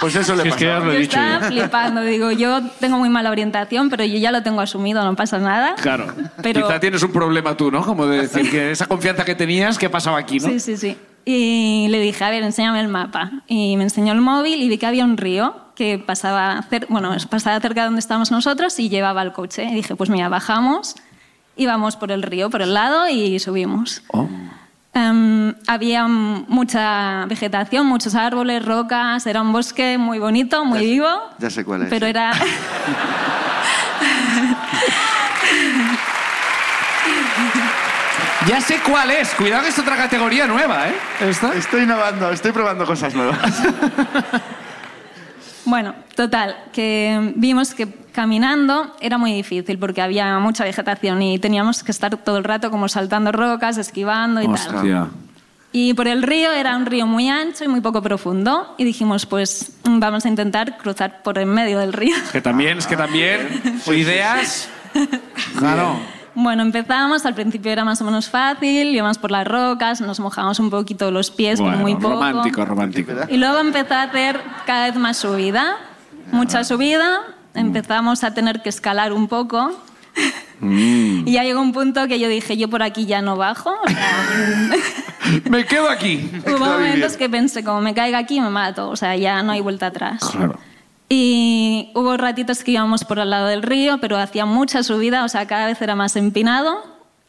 Pues eso le Si es que ya os pasa. lo he yo dicho estaba yo. flipando. Digo, yo tengo muy mala orientación, pero yo ya lo tengo asumido, no pasa nada. Claro. Pero- Quizá tienes un problema tú, ¿no? Como de decir que esa confianza que tenías, ¿qué pasaba aquí, no? Sí, sí, sí. Y le dije, a ver, enséñame el mapa. Y me enseñó el móvil y vi que había un río que pasaba, cer- bueno, pasaba cerca de donde estábamos nosotros y llevaba el coche. Oh. Y dije, pues mira, bajamos y vamos por el río, por el lado y subimos. Em, había mm, mucha vegetación, muchos árboles, rocas, era un bosque muy bonito, muy Ya sé- vivo. ya sé cuál es. Pero era... Ya sé cuál es. Cuidado que es otra categoría nueva, ¿eh? ¿Esta? Estoy innovando, estoy probando cosas nuevas. Bueno, total, que vimos que caminando era muy difícil porque había mucha vegetación y teníamos que estar todo el rato como saltando rocas, esquivando y tal. Y por el río era un río muy ancho y muy poco profundo y dijimos, pues mm, vamos a intentar cruzar por en medio del río. Que también, es que también. O ideas. Claro. Bueno, empezamos, al principio era más o menos fácil, íbamos por las rocas, nos mojábamos un poquito los pies, pero muy poco. romántico, romántico. Y luego empezó a hacer cada vez más subida, mucha subida, Mm. empezamos a tener que escalar un poco. Mm. Y ya llegó un punto que yo dije, yo por aquí ya no bajo. O sea, Me quedo aquí. Hubo Está bien. momentos que pensé, como me caiga aquí me mato, o sea, ya no hay vuelta atrás. Claro. Y hubo ratitos que íbamos por al lado del río, pero hacía mucha subida, o sea, cada vez era más empinado.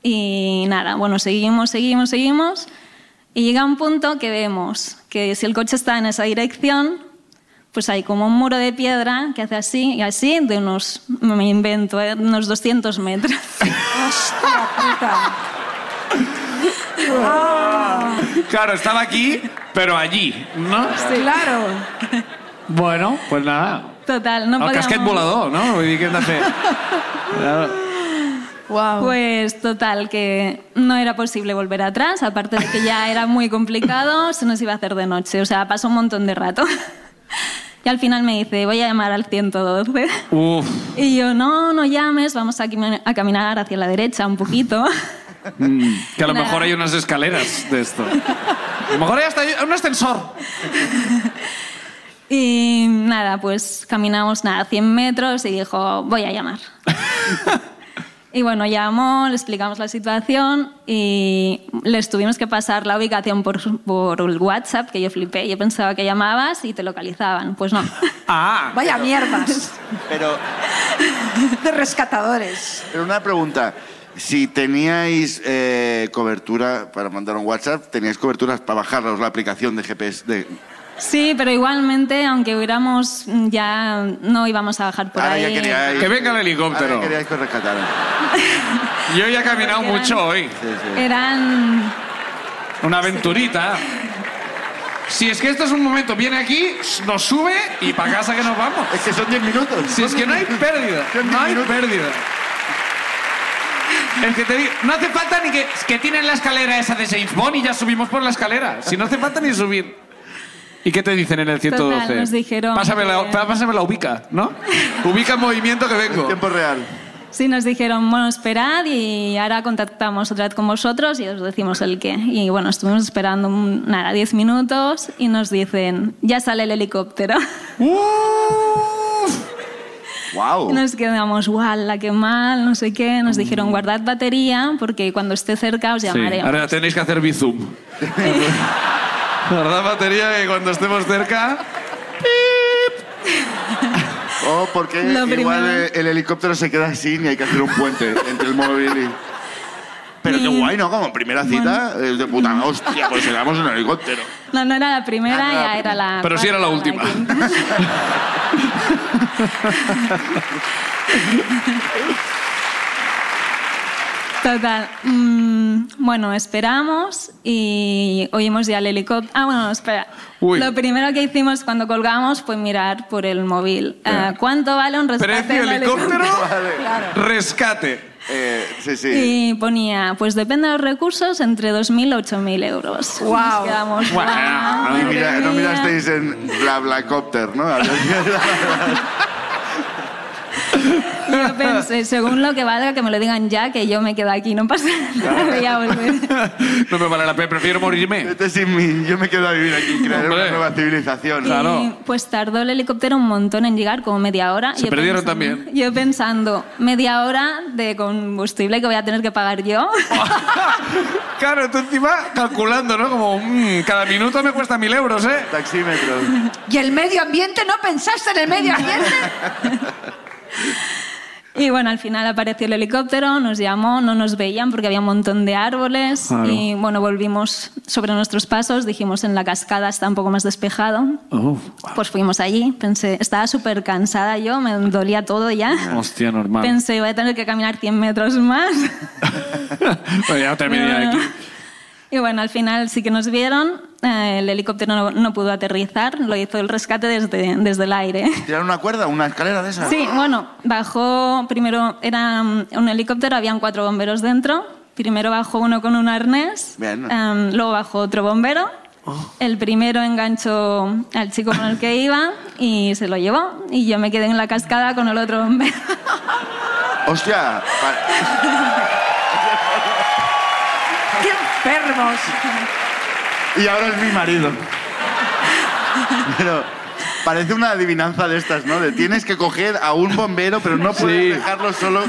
Y nada, bueno, seguimos, seguimos, seguimos. Y llega un punto que vemos que si el coche está en esa dirección, pues hay como un muro de piedra que hace así y así, de unos, me invento, ¿eh? unos 200 metros. Claro, estaba aquí, pero allí, ¿no? Claro. Bueno, pues nada. Total, no Al podíamos... casquet volador, ¿no? Vull dir, què hem de fer? Wow. Pues total, que no era posible volver atrás, aparte de que ya era muy complicado, se nos iba a hacer de noche, o sea, pasó un montón de rato. Y al final me dice, voy a llamar al 112. Uf. Y yo, no, no llames, vamos a, quimi- a caminar hacia la derecha un poquito. Que a lo Nada. mejor hay unas escaleras de esto. A lo mejor hay hasta un ascensor. Y nada, pues caminamos nada, 100 metros y dijo, voy a llamar. y bueno, llamó, le explicamos la situación y les tuvimos que pasar la ubicación por, por el WhatsApp, que yo flipé, yo pensaba que llamabas y te localizaban, pues no. Ah. Vaya mierdas Pero, de rescatadores. pero una pregunta. Si teníais eh, cobertura para mandar un WhatsApp, teníais cobertura para bajaros la aplicación de GPS. De... Sí, pero igualmente, aunque hubiéramos, ya no íbamos a bajar por Ahora ahí. ya queríais- Que venga el helicóptero. Ahora ya queríais que os rescataran. Yo ya he caminado Porque eran- mucho hoy. Sí, Eh, sí. Eran Una aventurita. Si es que esto es un momento, viene aquí, nos sube y para casa que nos vamos. Es que son 10 minutos. Si es que no hay pérdida, Son no hay minutos. pérdida. El que te digo, no hace falta ni que, es que tienen la escalera esa de James Bond y ya subimos por la escalera. Si no hace falta ni subir. ¿Y qué te dicen en el 112? Total, nos dijeron Pásame la, que- pa- pásame la ubica, ¿no? Ubica en movimiento que vengo. Tiempo real. Sí, nos dijeron, bueno, esperad y ahora contactamos otra vez con vosotros y os decimos el qué. Y bueno, estuvimos esperando un- nada, 10 minutos y nos dicen, ya sale el helicóptero. ¡Uf! ¡Wow! Oh. Y nos quedamos, guau, la que mal, no sé qué. Nos dijeron, guardad batería porque cuando esté cerca os Mm. Sí, llamaremos. ahora tenéis que hacer bizum. ¿Verdad, batería? Que cuando estemos cerca... O porque Lo igual primero. eh, el helicóptero se queda sin y hay que hacer un puente entre el móvil y... Pero qué Y- guay, ¿no? Como primera cita, es de puta hostia, pues llegamos en helicóptero. No, no era la primera, Ah, no era la ya era la. Pero sí era la cuarta, última. quinta. Total. mm, bueno, esperamos y oímos ya el helicóptero. Ah, bueno, espera. Uy. Lo primero que hicimos cuando colgamos fue mirar por el móvil. Ah, ¿Cuánto vale un rescate? Precio en helicóptero, Vale. rescate. Eh, sí, sí. Y ponía, pues depende de los recursos, entre 2.000 y 8.000 euros. Guau. Nos quedamos, Guau. guau, Y madre mira- Ah, no mía. mirasteis en BlaBlaCopter, ¿no? A ver si- Yo pensé, según lo que valga, que me lo digan ya, que yo me quedo aquí, no pasa nada, voy a volver. No me vale la pena, prefiero morirme. Vete sin mí, este yo me quedo a vivir aquí, crear Hombre. una nueva civilización. Claro. Y pues tardó el helicóptero un montón en llegar, como media hora. Se Yo perdieron pensando- también. Yo pensando, media hora de combustible que voy a tener que pagar yo. Claro, tú encima calculando, ¿no? Como, "Mm, cada minuto me cuesta mil euros, ¿eh? Taxímetro. ¿Y el medio ambiente? ¿No pensaste en el medio ambiente? Y bueno, al final apareció el helicóptero, nos llamó, no nos veían porque había un montón de árboles. Claro. Y bueno, volvimos sobre nuestros pasos, dijimos en la cascada está un poco más despejado. Oh, Pues fuimos allí, pensé, estaba súper cansada yo, me dolía todo ya. hostia, normal. Pensé, voy a tener que caminar 100 metros más. Bueno, ya terminé Pero aquí. bueno. Y bueno, al final sí que nos vieron. eh, el helicóptero no, no pudo aterrizar, lo hizo el rescate desde, desde el aire. ¿Tirar una cuerda? ¿Una escalera de esas? Sí, bueno, bajó primero, era mm, un helicóptero, habían cuatro bomberos dentro. Primero bajó uno con un arnés, Bien. em, luego bajó otro bombero. El primero enganchó al chico con el que iba y se lo llevó. Y yo me quedé en la cascada con el otro bombero. Hostia, pa- ¡Qué enfermos! y ahora es mi marido. Pero parece una adivinanza de estas, ¿no? De tienes que coger a un bombero, pero no puedes Sí. dejarlo solo.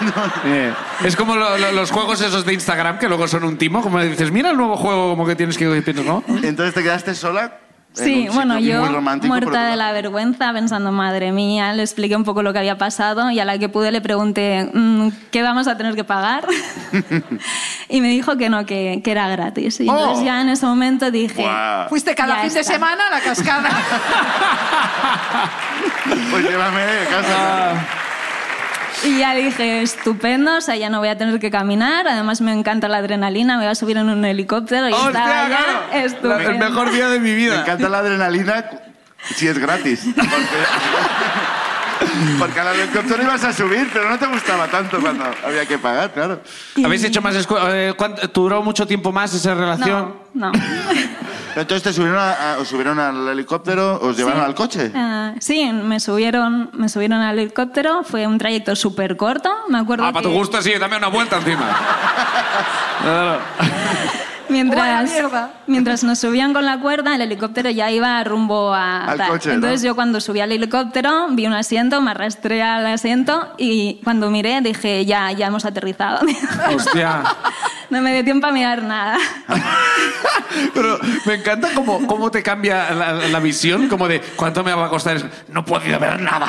No. Eh, es como lo- lo- los juegos esos de Instagram que luego son un timo, como dices, mira el nuevo juego como que tienes que ir, ¿no? Entonces te quedaste sola. en un Sí, sitio bueno, yo muy romántico, pero- muerta de la vergüenza, pensando, madre mía, le expliqué un poco lo que había pasado y a la que pude le pregunté, "Mm, ¿qué vamos a tener que pagar? y me dijo que no, que, que era gratis. Y Oh. entonces ya en ese momento dije, Guau. Fuiste cada Ya fin de está. semana a la cascada. Pues llévame de Ah. casa. y ya dije, estupendo, o sea, ya no voy a tener que caminar, además me encanta la adrenalina, me voy a subir en un helicóptero y ¡Hostia, estaba ya claro! estupendo. El mejor día de mi Me vida. encanta la adrenalina cu- si es gratis. Porque, porque al helicóptero ibas a subir, pero no te gustaba tanto cuando había que pagar, claro. ¿Habéis hecho más escu- eh, cuánto- ¿Duró mucho tiempo más esa relación? No, no. Pero entonces te subieron, a- a- os subieron al helicóptero, os llevaron al coche. Ah, sí, me subieron, me subieron al helicóptero, fue un trayecto súper corto, me acuerdo Ah, para tu que- gusto, sí, dame una vuelta encima. Buena Mientras, mierda. mientras nos subían con la cuerda, el helicóptero ya iba rumbo a... Al coche, ¿no? Entonces yo cuando subí al helicóptero vi un asiento, me arrastré al asiento y cuando miré dije, ya, ya hemos aterrizado. Hostia. no me dio tiempo a mirar nada. Ah. Pero me encanta cómo, cómo te cambia la, la visión, como de cuánto me va a costar. Es, No puedo ver nada.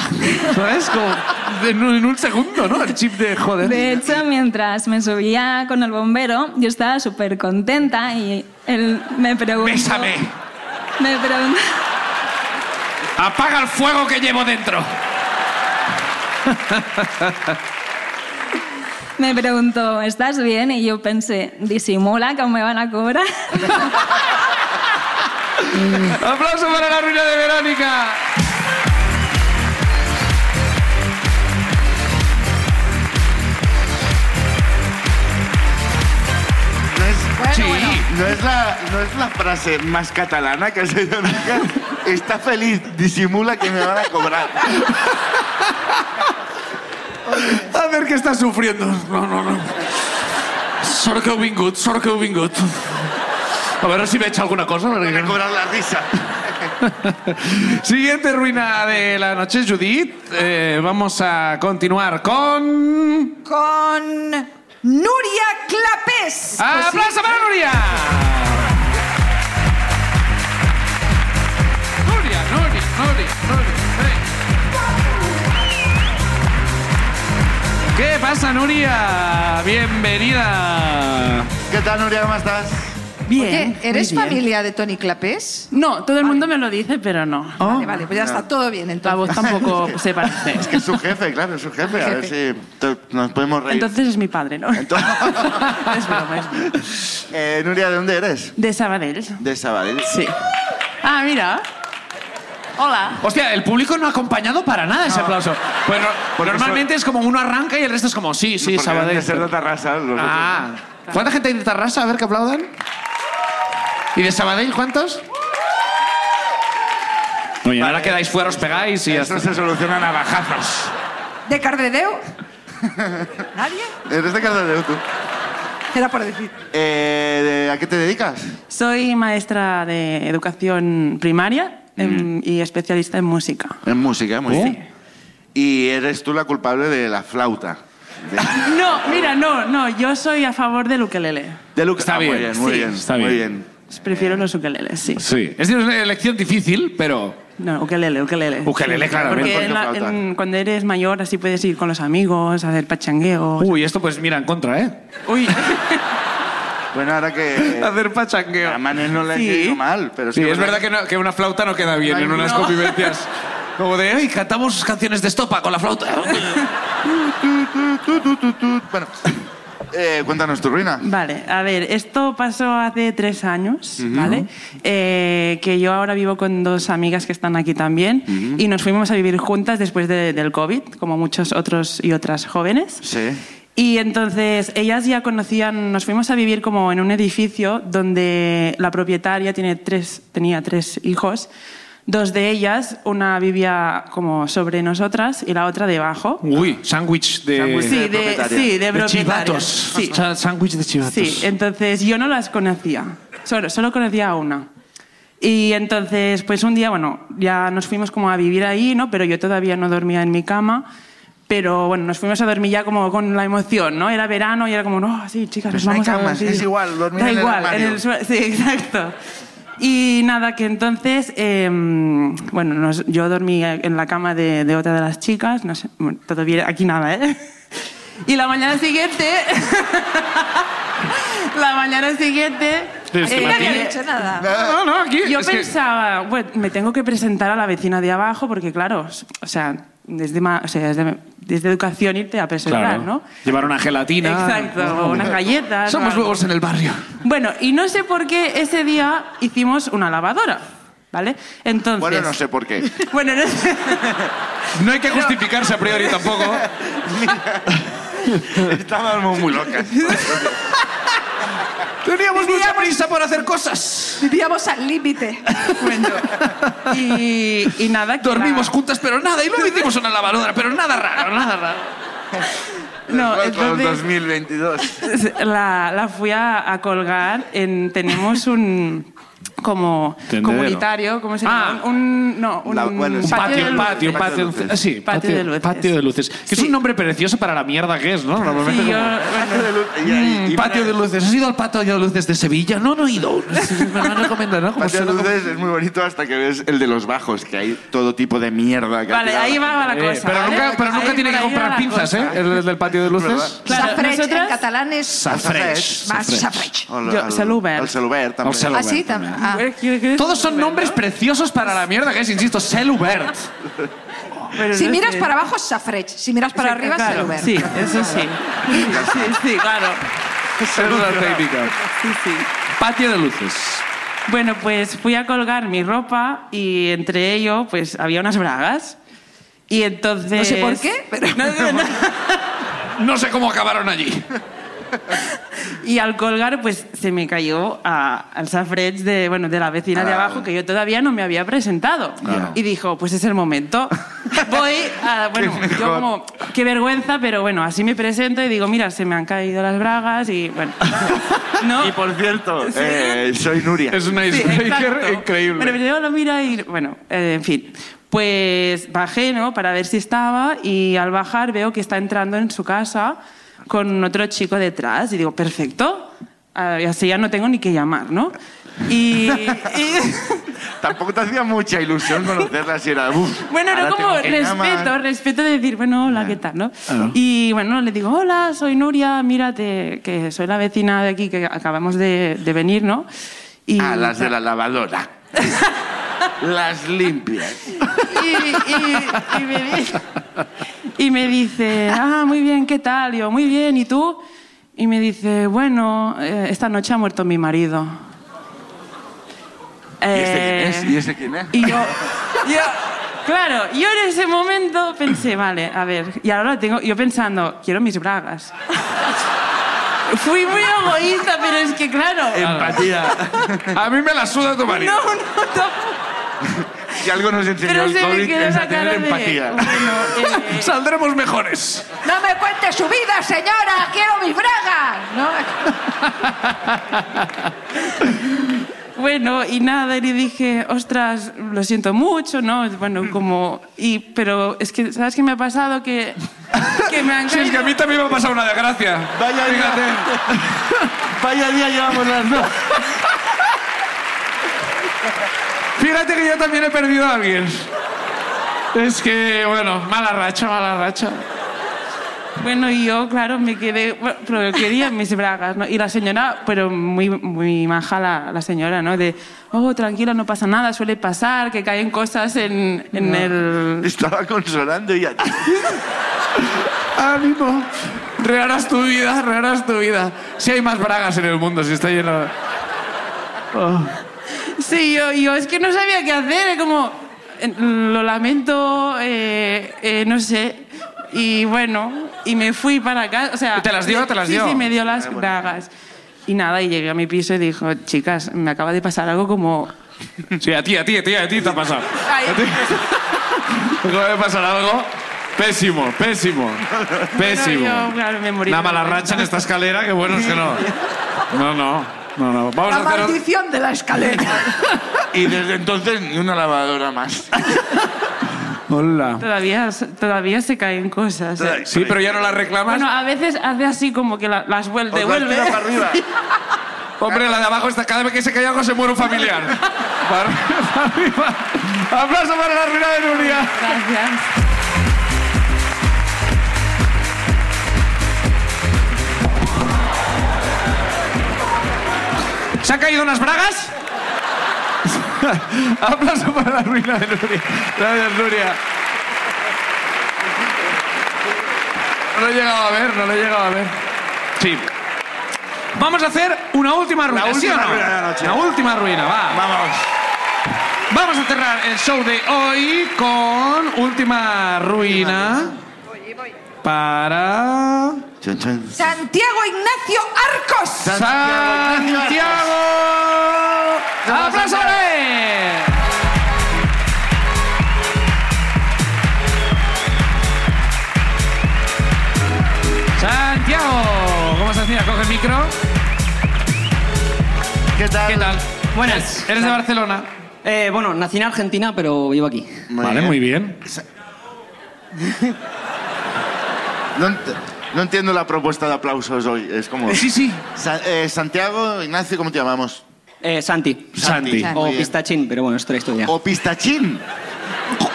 ¿Sabes? Como en un, en un segundo, ¿no? El chip de joder. De hecho, mientras me subía con el bombero, yo estaba súper contenta y él me preguntó... Bésame. Me preguntó... Apaga el fuego que llevo dentro. Me preguntó, ¿estás bien? Y yo pensé, disimula que aún me van a cobrar. ¡Aplauso para la ruina de Verónica! No es, Bueno, Sí. bueno. no es la, no es la frase más catalana que has oído nunca. Está feliz, disimula que me van a cobrar. A ver qué estás sufriendo. No, no, no. Solo que ho vingut, solo que ho vingut. A ver si me echa alguna cosa. Me van a perquè- cobrar la risa. Siguiente ruina de la noche, Judith. Eh, vamos a continuar con... Con Nuria Ah, Clapés. Pues ¡Aplauso para Nuria! Nuria, Nuria, Nuria, Nuria. eh. ¿Qué pasa, Nuria? Bienvenida. ¿Qué tal, Nuria? ¿Cómo estás? Bien. Oye, ¿eres muy bien. familia de Tony Clapés? No, todo el mundo me lo dice, pero no. Vale, vale, pues ya está todo bien La voz entonces. tampoco se parece. Que Oh. es su jefe, claro, es su jefe. A ver si to- nos podemos reír. Entonces es mi padre, ¿no? es broma, es broma. Eh, Nuria, ¿de dónde eres? De Sabadell. De Sabadell. Sí. Ah, mira. Hola. Hostia, el público no ha acompañado para nada ese aplauso. Bueno, Porque normalmente es como uno arranca y el resto es como, sí, sí, Porque Sabadell. han de ser de Tarrasa. los Ah. ¿Cuánta gente hay de Tarrasa? A ver que aplaudan. ¿Y de Sabadell cuántos? Oye, ahora quedáis fuera, os pegáis y ya está. otros. Eso se soluciona a navajazos. ¿De Cardedeu? ¿Nadie? este ¿Eres de Cardedeu tú? Era por decir. Eh, ¿de- ¿A qué te dedicas? Soy maestra de educación primaria em, y especialista en música. En música, muy ¿Eh? bien. Y eres tú la culpable de la flauta. De, No, mira, no, no, yo soy a favor del ukelele. de Luke- Está Ah, Muy bien, bien, muy sí, bien. está muy bien. bien. Os Prefiero los ukeleles, sí. Sí. Es una elección difícil, pero No, ukelele, ukelele. Ukelele, claramente. Porque en la- Porque flauta. en- cuando eres mayor así puedes ir con los amigos, hacer pachangueos. Uy, esto pues mira en contra, ¿eh? Uy. Bueno, ahora que. Hacer pachangueo. A Manes no le he Sí. entendido mal, pero Sí, es verdad que, no- que una flauta no queda bien Ay, en unas no. convivencias. Como de, ay, cantamos canciones de estopa con la flauta. Tu, tu, tu, tu. Bueno, eh, cuéntanos tu ruina. Vale, a ver, esto pasó hace tres años, ¿vale? Eh, que yo ahora vivo con dos amigas que están aquí también y nos fuimos a vivir juntas después de- del COVID, como muchos otros y otras jóvenes. Sí. Y entonces ellas ya conocían, nos fuimos a vivir como en un edificio donde la propietaria tiene tres, tenía tres hijos. Dos de ellas, una vivía como sobre nosotras y la otra debajo. Uy, sándwich de... Sándwich Sí, de de, propietaria. sí, de de propietaria. chivatos. Sí. Sa- Sándwich de chivatos. Sí, entonces yo no las conocía, solo, solo conocía a una. Y entonces, pues un día, bueno, ya nos fuimos como a vivir ahí, ¿no? Pero yo todavía no dormía en mi cama. Pero bueno, nos fuimos a dormir ya como con la emoción, ¿no? Era verano y era como, no, sí, chicas, nos Pues no hay vamos a camas, dormir". es igual, dormir Da en el igual, armario. sue- Sí, exacto. Y nada, que entonces, eh, bueno, nos- yo dormí en la cama de, de otra de las chicas, no sé, bueno, todavía aquí nada, ¿eh? Y la mañana siguiente. la mañana siguiente. eh, Desde la No tía. he hecho nada. No, no, aquí... Yo es que- pensaba, bueno, me tengo que presentar a la vecina de abajo porque, claro, o sea, desde, ma- o sea, desde, desde educación irte a presentar, Claro. ¿no? Llevar una gelatina. Exacto, o unas galletas. o Somos algo. nuevos en el barrio. Bueno, y no sé por qué ese día hicimos una lavadora, ¿vale? Entonces. Bueno, no sé por qué. Bueno, no sé. No hay que justificarse a priori tampoco. Estábamos muy locas. Teníamos mucha prisa por hacer cosas. Vivíamos al límite. Bueno, Y, y nada, que Dormimos la- juntas, pero nada. Y luego hicimos una lavadora, pero nada raro, nada raro. No, Después, con entonces 2022. la, la fui a, a colgar en. Tenemos un. Como Tendedero. comunitario, ¿cómo se llama? Ah. un, no, un La- bueno, sí. patio, de Patio, patio, Patio de luces. patio. luces. Ah, Sí, Patio de luces. Patio de luces. Que es Sí. un nombre precioso para la mierda que es, ¿no? Normalmente Sí, yo- como- Patio de lu- y- Mm, y- y- patio de luces. ¿Has ido al patio de luces de Sevilla? No, no he ido. Me lo han recomendado, ¿no? Como Patio de suena como- luces es muy bonito hasta que ves el de los bajos, que hay todo tipo de mierda. Que ha Vale, tirado ahí la va la Eh, cosa. pero ¿vale? nunca, pero nunca Ahí- tiene que ahí va comprar la pinzas, cosa. ¿eh? El, el del patio de luces. ¿Verdad? Claro, safreig en nosotras- catalán es Safresh. más Safresh. safreig. gente. O la- Yo- al- Salubert. Al Salubert Ah, también. Al Salubert. Así también. Ah. ¿Quieres- quieres- quieres- Todos son nombres preciosos para la mierda que es, insisto, Celubert. Pero Si no miras sé. para abajo es safreig. Si miras para arriba es Claro, Salubert. Sí, eso sí. Sí, sí, claro. Saluda técnica. Sí, sí. Patio de luces. Bueno, pues fui a colgar mi ropa y entre ello, pues había unas bragas. Y entonces. No sé por qué, pero- No, no, no. No sé cómo acabaron allí. Y al colgar, pues se me cayó a- al safrech de, bueno, de la vecina de Ah. abajo que yo todavía no me había presentado. Claro. Y dijo, pues es el momento. Voy a, bueno, Qué yo mejor. como, qué vergüenza, pero bueno, así me presento y digo, mira, se me han caído las bragas y bueno. ¿No? Y por cierto, eh, soy Nuria. Es un Sí, icebreaker exacto. increíble. Bueno, yo lo mira y, bueno, eh, en fin. Pues bajé, ¿no? Para ver si estaba y al bajar veo que está entrando en su casa con otro chico detrás y digo, perfecto, Ah, y así ya no tengo ni que llamar, ¿no? Y, y- Tampoco te hacía mucha ilusión conocerla si era. "Uf, bueno, era ahora como tengo que respeto, llamar". respeto de decir, bueno, hola, ¿qué tal, no? Y bueno, le digo, hola, soy Nuria, mírate, que soy la vecina de aquí que acabamos de, de venir, ¿no? Y Ah, las de la lavadora. las limpias. y, y- y me dice, y me dice, ah, muy bien, ¿qué tal? Y yo, muy bien, ¿y tú? Y me dice, bueno, eh, esta noche ha muerto mi marido. ¿Y este quién Eh, es? ¿Y este quién es? y yo, yo, claro, yo en ese momento pensé, vale, a ver, y ahora lo tengo, yo pensando, quiero mis bragas. Fui muy egoísta, pero es que claro. Empatía. A mí me la suda tu marido. No, no, tampoco. Si algo nos enseñó Pero el se me COVID quedó es la a tener cara de. empatía. Bueno, eh, Saldremos mejores. No me cuente su vida, señora. Quiero mis bragas. ¿No? Bueno, y nada, y le dije, ostras, lo siento mucho, ¿no? Mm. Bueno, como... Y, pero es que, ¿sabes qué me ha pasado? Que, que me han Si es que a caído- mí también me ha pasado una desgracia. Vaya día. Vaya día llevamos las dos. Fíjate que yo también he perdido a alguien. Eh, Es que, bueno, mala racha, mala racha. Bueno, y yo, claro, me quedé, bueno, pero quería mis bragas, ¿no? Y la señora, pero muy, muy maja la, la señora, ¿no? De, oh, tranquila, no pasa nada, suele pasar, que caen cosas en, en el... Estaba consolando y ya. Ánimo. Reharás tu vida, reharás tu vida. Si hay más bragas en el mundo, si está lleno... Sí, yo, yo es que no sabía qué hacer, es como, eh, lo lamento, eh, eh, no sé. Y bueno, y me fui para acá. O sea, ¿Te las dio, le- te las sí, dio? Sí, me dio las bragas. Y nada, y llegué a mi piso y dijo, chicas, me acaba de pasar algo como... Sí, a ti, a ti, a ti, a ti te ha pasado. A ti. Acaba de pasar algo pésimo, pésimo, pésimo. Bueno, yo, claro, me morí. Una mala Pero- racha en esta escalera, que bueno es que no. No, no, no, no. Vamos La a hacer... ot- maldición de la escalera. Y desde entonces ni una lavadora más. Hola. Todavía, todavía se caen cosas. ¿eh? Sí, pero ya no la reclamas. Bueno, a veces hace así como que la- las vuel- Os las devuelve. tira para arriba. Hombre, la de abajo está cada vez que se cae algo se muere un familiar. Para arriba, para arriba. Aplauso para la ruina de Nuria. Gracias. ¿Se han caído unas bragas? Aplauso para la ruina de Nuria. Gracias, Nuria. No lo he llegado a ver, no lo he llegado a ver. Sí. Vamos a hacer una última ruina, ¿sí o última no? ruina de la noche. La última ruina, va. Vamos. Vamos a cerrar el show de hoy con última ruina. Para Chon, chon. Santiago Ignacio Arcos. Santiago. ¡Aplauso para él! Santiago, ¿cómo estás? Mira, coge el micro. ¿Qué tal? ¿Qué tal? Buenas. Eres de Barcelona. Eh, bueno, nací en Argentina, pero vivo aquí. bien. No, ent- no entiendo la propuesta de aplausos hoy. Es como. Oh, Sí, sí. Sa- eh, Santiago, Ignacio, ¿cómo te llamamos? Eh, Santi. Santi. Santi. O Muy bien. Pistachín, pero bueno, esto es historia. O Pistachín.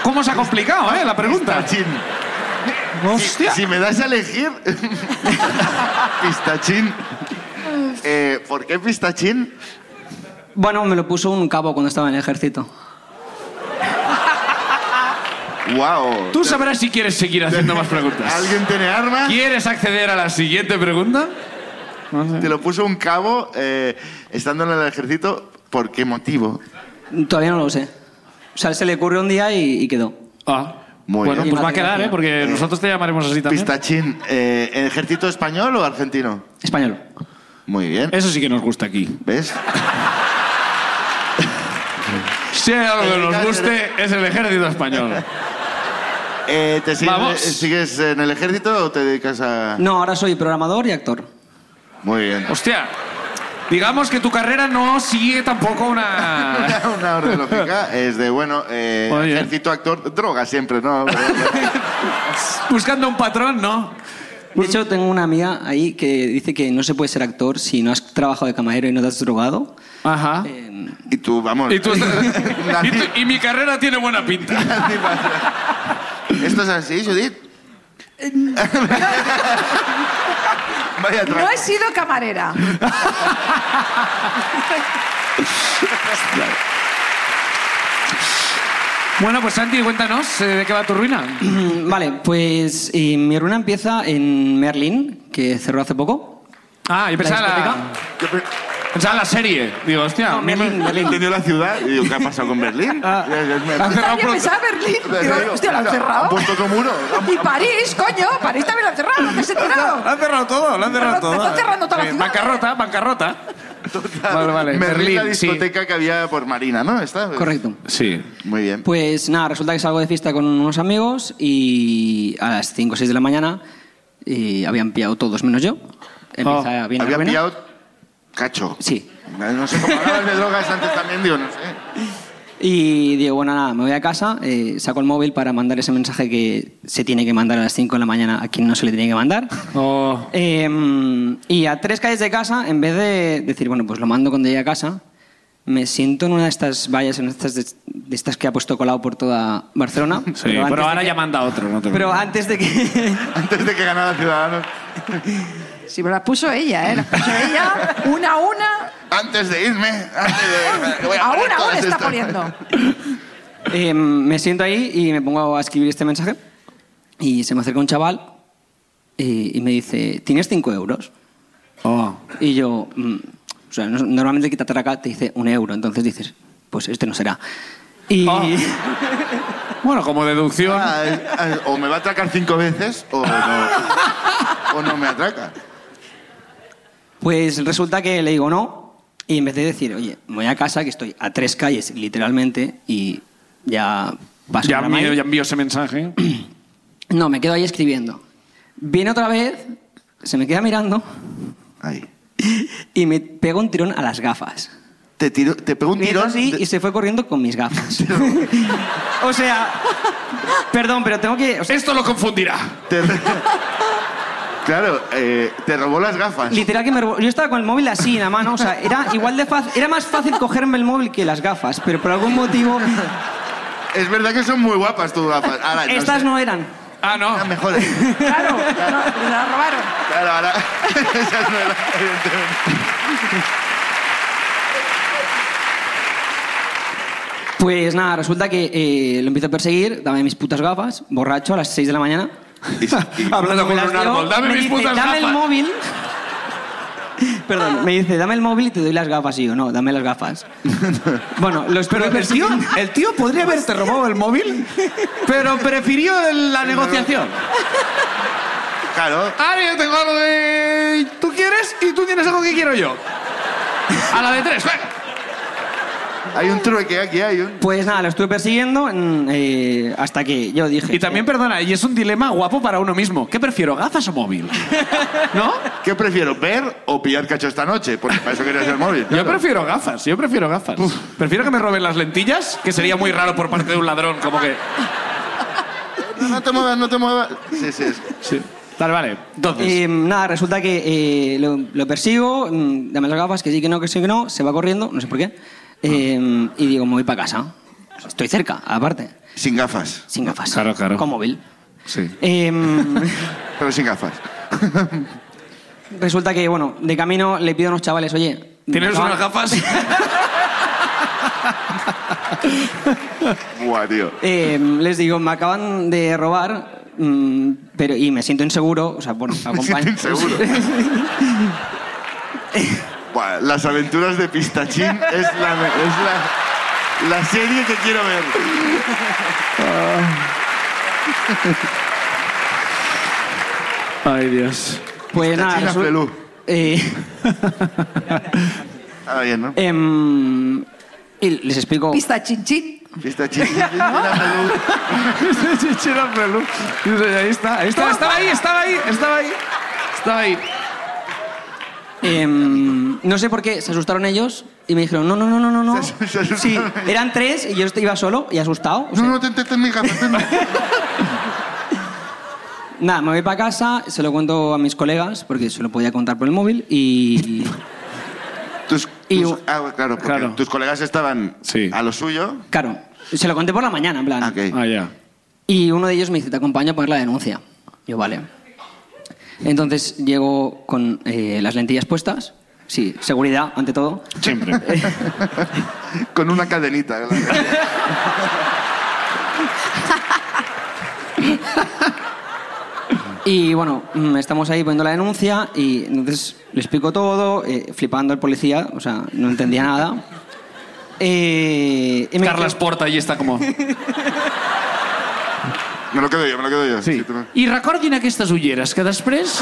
¿Cómo se ha complicado, eh, la pregunta? Pistachín. Hostia. Si me das a elegir. pistachín. Eh, ¿Por qué Pistachín? Bueno, me lo puso un cabo cuando estaba en el ejército. ¡Wow! Tú sabrás si quieres seguir haciendo más preguntas. ¿Alguien tiene armas? ¿Quieres acceder a la siguiente pregunta? Te lo puso un cabo eh, estando en el ejército. ¿Por qué motivo? Todavía no lo sé. O sea, se le ocurrió un día y, y quedó. Ah. Muy bueno, bien. pues va a quedar, ¿eh? Porque nosotros te llamaremos así también. Pistachín, eh, ¿ejército español o argentino? Español. Muy bien. Eso sí que nos gusta aquí. ¿Ves? Si hay algo que nos guste, es el ejército español. Eh, ¿Te sigues, Vamos. eh, sigues en el ejército o te dedicas a...? No, ahora soy programador y actor. Muy bien. Hostia, digamos que tu carrera no sigue tampoco una... Una orden lógica es de, bueno, eh, Oye. ejército, actor, droga siempre, ¿no? Buscando un patrón, ¿no? De hecho, tengo una amiga ahí que dice que no se puede ser actor si no has trabajado de camarero y no te has drogado. Ajá. y tú, vamos. Eh, Y, tú estás- y Nací- tu- y mi carrera tiene buena pinta. nací para- ¿Esto es así, Judith? Eh, Vaya No tra- he sido camarera. Bueno, pues Santi, cuéntanos eh, de qué va tu ruina. vale, pues y mi ruina empieza en Merlin, que cerró hace poco. Ah, yo pensaba ¿La la... Pensaba la serie. Digo, hostia... No, Merlin, Merlin. Entendió la ciudad y digo, ¿qué ha pasado con Berlín? Ah. Han cerrado También pronto. pensaba Berlín. Digo, hostia, la han Han cerrado. puesto otro muro. Han- Y París, coño, París también la han cerrado, no te has enterado. Lo han cerrado todo, lo han cerrado Están todo. eh. cerrando toda la ciudad. Bancarrota, bancarrota. Vale, vale. Merlín, la Berlín, sí. discoteca que había por Marina, ¿no? ¿Está? Correcto. Sí. Muy bien. Pues nada, resulta que salgo de fiesta con unos amigos y a las 5 o 6 de la mañana y habían pillado todos menos yo. Empieza bien la Había ruina. Ah, pillado cacho. Sí. No sé cómo hablabas de drogas antes también, digo, no sé. Y digo, bueno, nada, me voy a casa, eh, saco el móvil para mandar ese mensaje que se tiene que mandar a las 5 de la mañana a quien no se le tiene que mandar. Em, Oh. Eh, y a tres calles de casa, en vez de decir, bueno, pues lo mando cuando llegue a casa, Me siento en una de estas vallas, en estas de, de estas que ha puesto colado por toda Barcelona. Sí, pero, antes de ahora que- ya manda otro. No te Pero antes de que... Antes de que ganara Ciudadanos. Sí, pero la puso ella, ¿eh? La puso ella, una a una, Antes de irme. Antes de, voy a a poner una a todas una está estas. poniendo. Eh, me siento ahí y me pongo a escribir este mensaje. Y se me acerca un chaval eh, y, y me dice, ¿tienes 5 euros? Oh. Y yo, mm, o sea, no- normalmente el que te atraca te dice un euro, entonces dices, pues este no será. Y Oh. Ah. Bueno, como deducción. Ah, es- ah, o me va a atracar cinco veces o no, o no me atraca. pues resulta que le digo no y en vez de decir, oye, me voy a casa, que estoy a tres calles literalmente y ya paso ya, por la envío, malla". ya envío ese mensaje. No, me quedo ahí escribiendo. Viene otra vez, se me queda mirando Ahí. y me pega un tirón a las gafas. Te, tiro, te pego un Me hizo tirón. así de- y se fue corriendo con mis gafas. o sea, perdón, pero tengo que... o sea, Esto lo confundirá. te- claro, eh, te robó las gafas. Literal que me robó- Yo estaba con el móvil así en la mano, o sea, era igual de fácil, era más fácil cogerme el móvil que las gafas, pero por algún motivo Es verdad que son muy guapas tus gafas. Ahora, estas sé. no eran. Ah, no. Ah, mejor. Claro, Claro, no, la robaron. claro, ahora. Esas no eran, evidentemente. Pues nada, resulta que eh, lo empiezo a perseguir, dame mis putas gafas, borracho a las 6 de la mañana. Y- y- Hablando Me con las un dio, árbol. Dame me mis dice, putas Dame el gafas". móvil. Perdón, me dice, dame el móvil y te doy las gafas. Y yo, no, dame las gafas. bueno, los Pero el tío, el tío podría haberte robado el móvil, pero prefirió el- la negociación. Claro. Ahora Ah, yo tengo algo que tú quieres y tú tienes algo que quiero yo. A la de tres, venga. Hay un trueque aquí, hay un. Pues nada, lo estuve persiguiendo en, eh, hasta que yo dije. "Eh, Y también, perdona, y es un dilema guapo para uno mismo. ¿Qué prefiero, gafas o móvil? ¿No? ¿Qué prefiero, ver o pillar cacho esta noche? Porque para eso querías el móvil. Yo claro. prefiero gafas, yo prefiero gafas. Prefiero que me roben las lentillas, que sería muy raro por parte de un ladrón, como que... No, no te muevas, no te muevas. Sí, sí. sí. Sí. Vale, vale. Entonces... Eh, nada, resulta que eh, lo, lo persigo, mm, dame las gafas, que sí, que no, que sí, que no, se va corriendo, no sé por qué. Ah. eh, y digo, me voy para casa. Estoy cerca, aparte, Sin gafas. sin gafas. Claro, claro. Con móvil. Sí. Eh, Pero sin gafas. resulta que, bueno, de camino le pido a unos chavales, oye. ¿Tienes acaban- unas gafas? Buah, tío. Eh, les digo, me acaban de robar, mm, pero, y me siento inseguro, o sea, bueno, acompaño. Me siento inseguro. Buah, Las aventuras de Pistachín es, la, es la, la serie que quiero ver. Ay, Dios. Pues nada, Pistachina resu- Pelú. eh, Está Ah, bien, ¿no? em, y les explico. Pista chin chin. Pistachín. Pelú. Chichero Pelú. Ahí está, ahí está, estaba ahí, estaba ahí, estaba ahí. Estaba ahí. Em, no sé por qué, se asustaron ellos y me dijeron, no, no, no, no, no, no. Se asu- se asustaron Sí, ellos. eran tres y yo iba solo y asustado. o No, sea, no, ten, ten, ten mis gafas. ten mis- Nada, me voy para casa, se lo cuento a mis colegas porque se lo podía contar por el móvil y... Tus, Y- tus- ah, claro, porque Claro. tus colegas estaban Sí. a lo suyo. Claro, se lo conté por la mañana, en plan. Ah, ok. Ah, ya. Y uno de ellos me dice, te acompaño a poner la denuncia. Yo, vale. Entonces llego con eh, las lentillas puestas. Sí, seguridad, ante todo. Siempre. Con una cadenita. claro. Y bueno, mm, estamos ahí poniendo la denuncia y entonces le explico todo, eh, flipando el policía, o sea, no entendía nada. Eh, y me Carlas dice- Porta ahí está como... Me lo quedo yo, me lo quedo yo. Sí. Sí, tú me- I recordin aquestes ulleres, que després...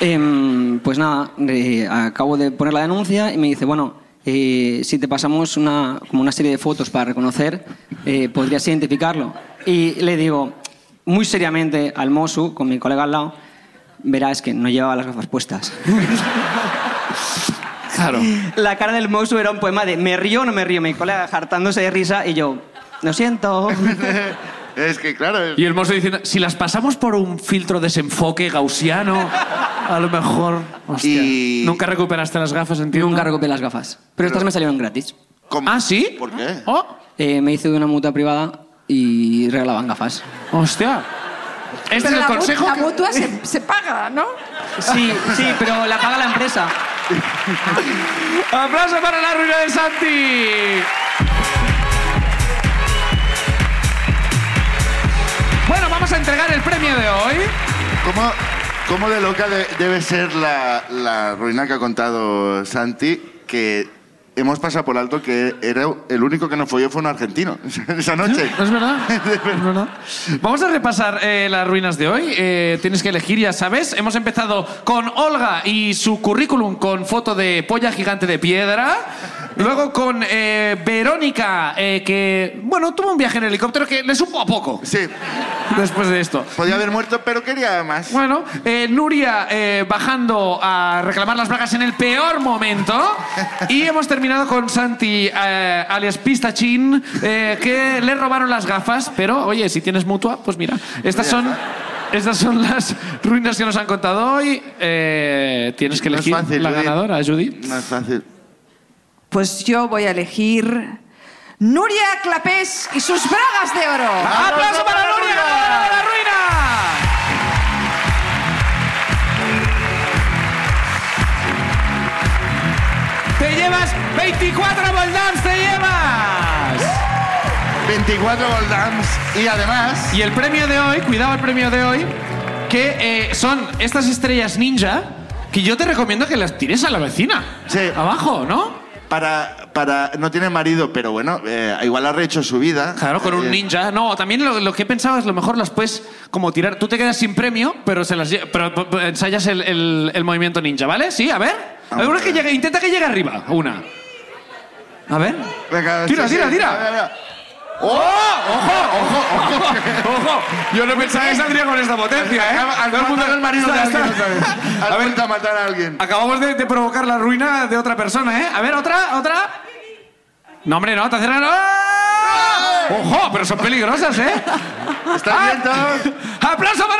Em, pues nada, eh, acabo de poner la denuncia y me dice, bueno, eh, si te pasamos una, como una serie de fotos para reconocer, eh, podrías identificarlo. Y le digo, muy seriamente al Mosu, con mi colega al lado, verás que no llevaba las gafas puestas. Claro. La cara del Mosu era un poema de me río o no me río, mi colega hartándose de risa y yo, lo siento. Es que claro, es- Y el mozo diciendo, si las pasamos por un filtro desenfoque gaussiano, a lo mejor... Hostia, Y- Nunca recuperaste las gafas, entiendo. Nunca recuperé las gafas. Pero, estas me salieron gratis. ¿cómo? ¿Ah, sí? ¿Por qué? Oh, Eh, me hice de una mutua privada y regalaban gafas. hostia. Este Pero es el la, mu- consejo la que- mutua se, se paga, ¿no? Sí, sí, pero la paga la empresa. ¡Aplauso para la ruina de Santi! Bueno, vamos a entregar el premio de hoy. ¿Cómo, cómo de loca de- debe ser la, la ruina que ha contado Santi? Que hemos pasado por alto que era el único que nos folló fue un argentino esa noche. ¿Es verdad? ¿Es verdad? Vamos a repasar eh, las ruinas de hoy. Eh, tienes que elegir, ya sabes. Hemos empezado con Olga y su currículum con foto de polla gigante de piedra. Luego con eh, Verónica, eh, que, bueno, tuvo un viaje en helicóptero que le supo a poco Sí, después de esto. podía haber muerto, pero quería más. Bueno, eh, Nuria eh, bajando a reclamar las bragas en el peor momento. Y hemos terminado con Santi, eh, alias Pistachín, eh, que le robaron las gafas. Pero, oye, si tienes mutua, pues mira, estas son, estas son las ruinas que nos han contado hoy. Eh, tienes que No es elegir fácil, la Judith. ganadora, Judith. No es fácil. Pues yo voy a elegir Nuria Clapés y sus bragas de oro. ¡Aplauso para Nuria, ganadora de la ruina! ¡Te llevas 24 Voldams! ¡Te llevas! 24 Goldams y además... Y el premio de hoy, cuidado el premio de hoy, que eh, son estas estrellas ninja que yo te recomiendo que las tires a la vecina. Sí. Abajo, ¿no? Para, para, no tiene marido, pero bueno, eh, igual ha rehecho su vida. Claro, con un Eh, ninja. No, también lo, lo que he pensado es lo mejor las puedes como tirar. Tú te quedas sin premio, pero se las lle- pero, p- p- ensayas el, el- el movimiento ninja, ¿vale? Sí, a ver. Vamos Alguna a que ver. llegue, intenta que llegue arriba. Una. A ver. venga, Tira, sí, tira, sí, tira. venga, venga. ¡Oh! ¡Ojo, ojo, ojo! ¡Ojo! Yo no pensaba que saldría con esta potencia, ¿eh? Acaba- acaba de matar al marido de alguien otra vez. A Ha ver. vuelto a matar a alguien. Acabamos de, de provocar la ruina de otra persona, ¿eh? A ver, otra, otra. No, hombre, no, te hacen... ¡Ah! ¡Ojo! Pero son peligrosas, ¿eh? ¿Estás bien, Tom? ¡Aplauso para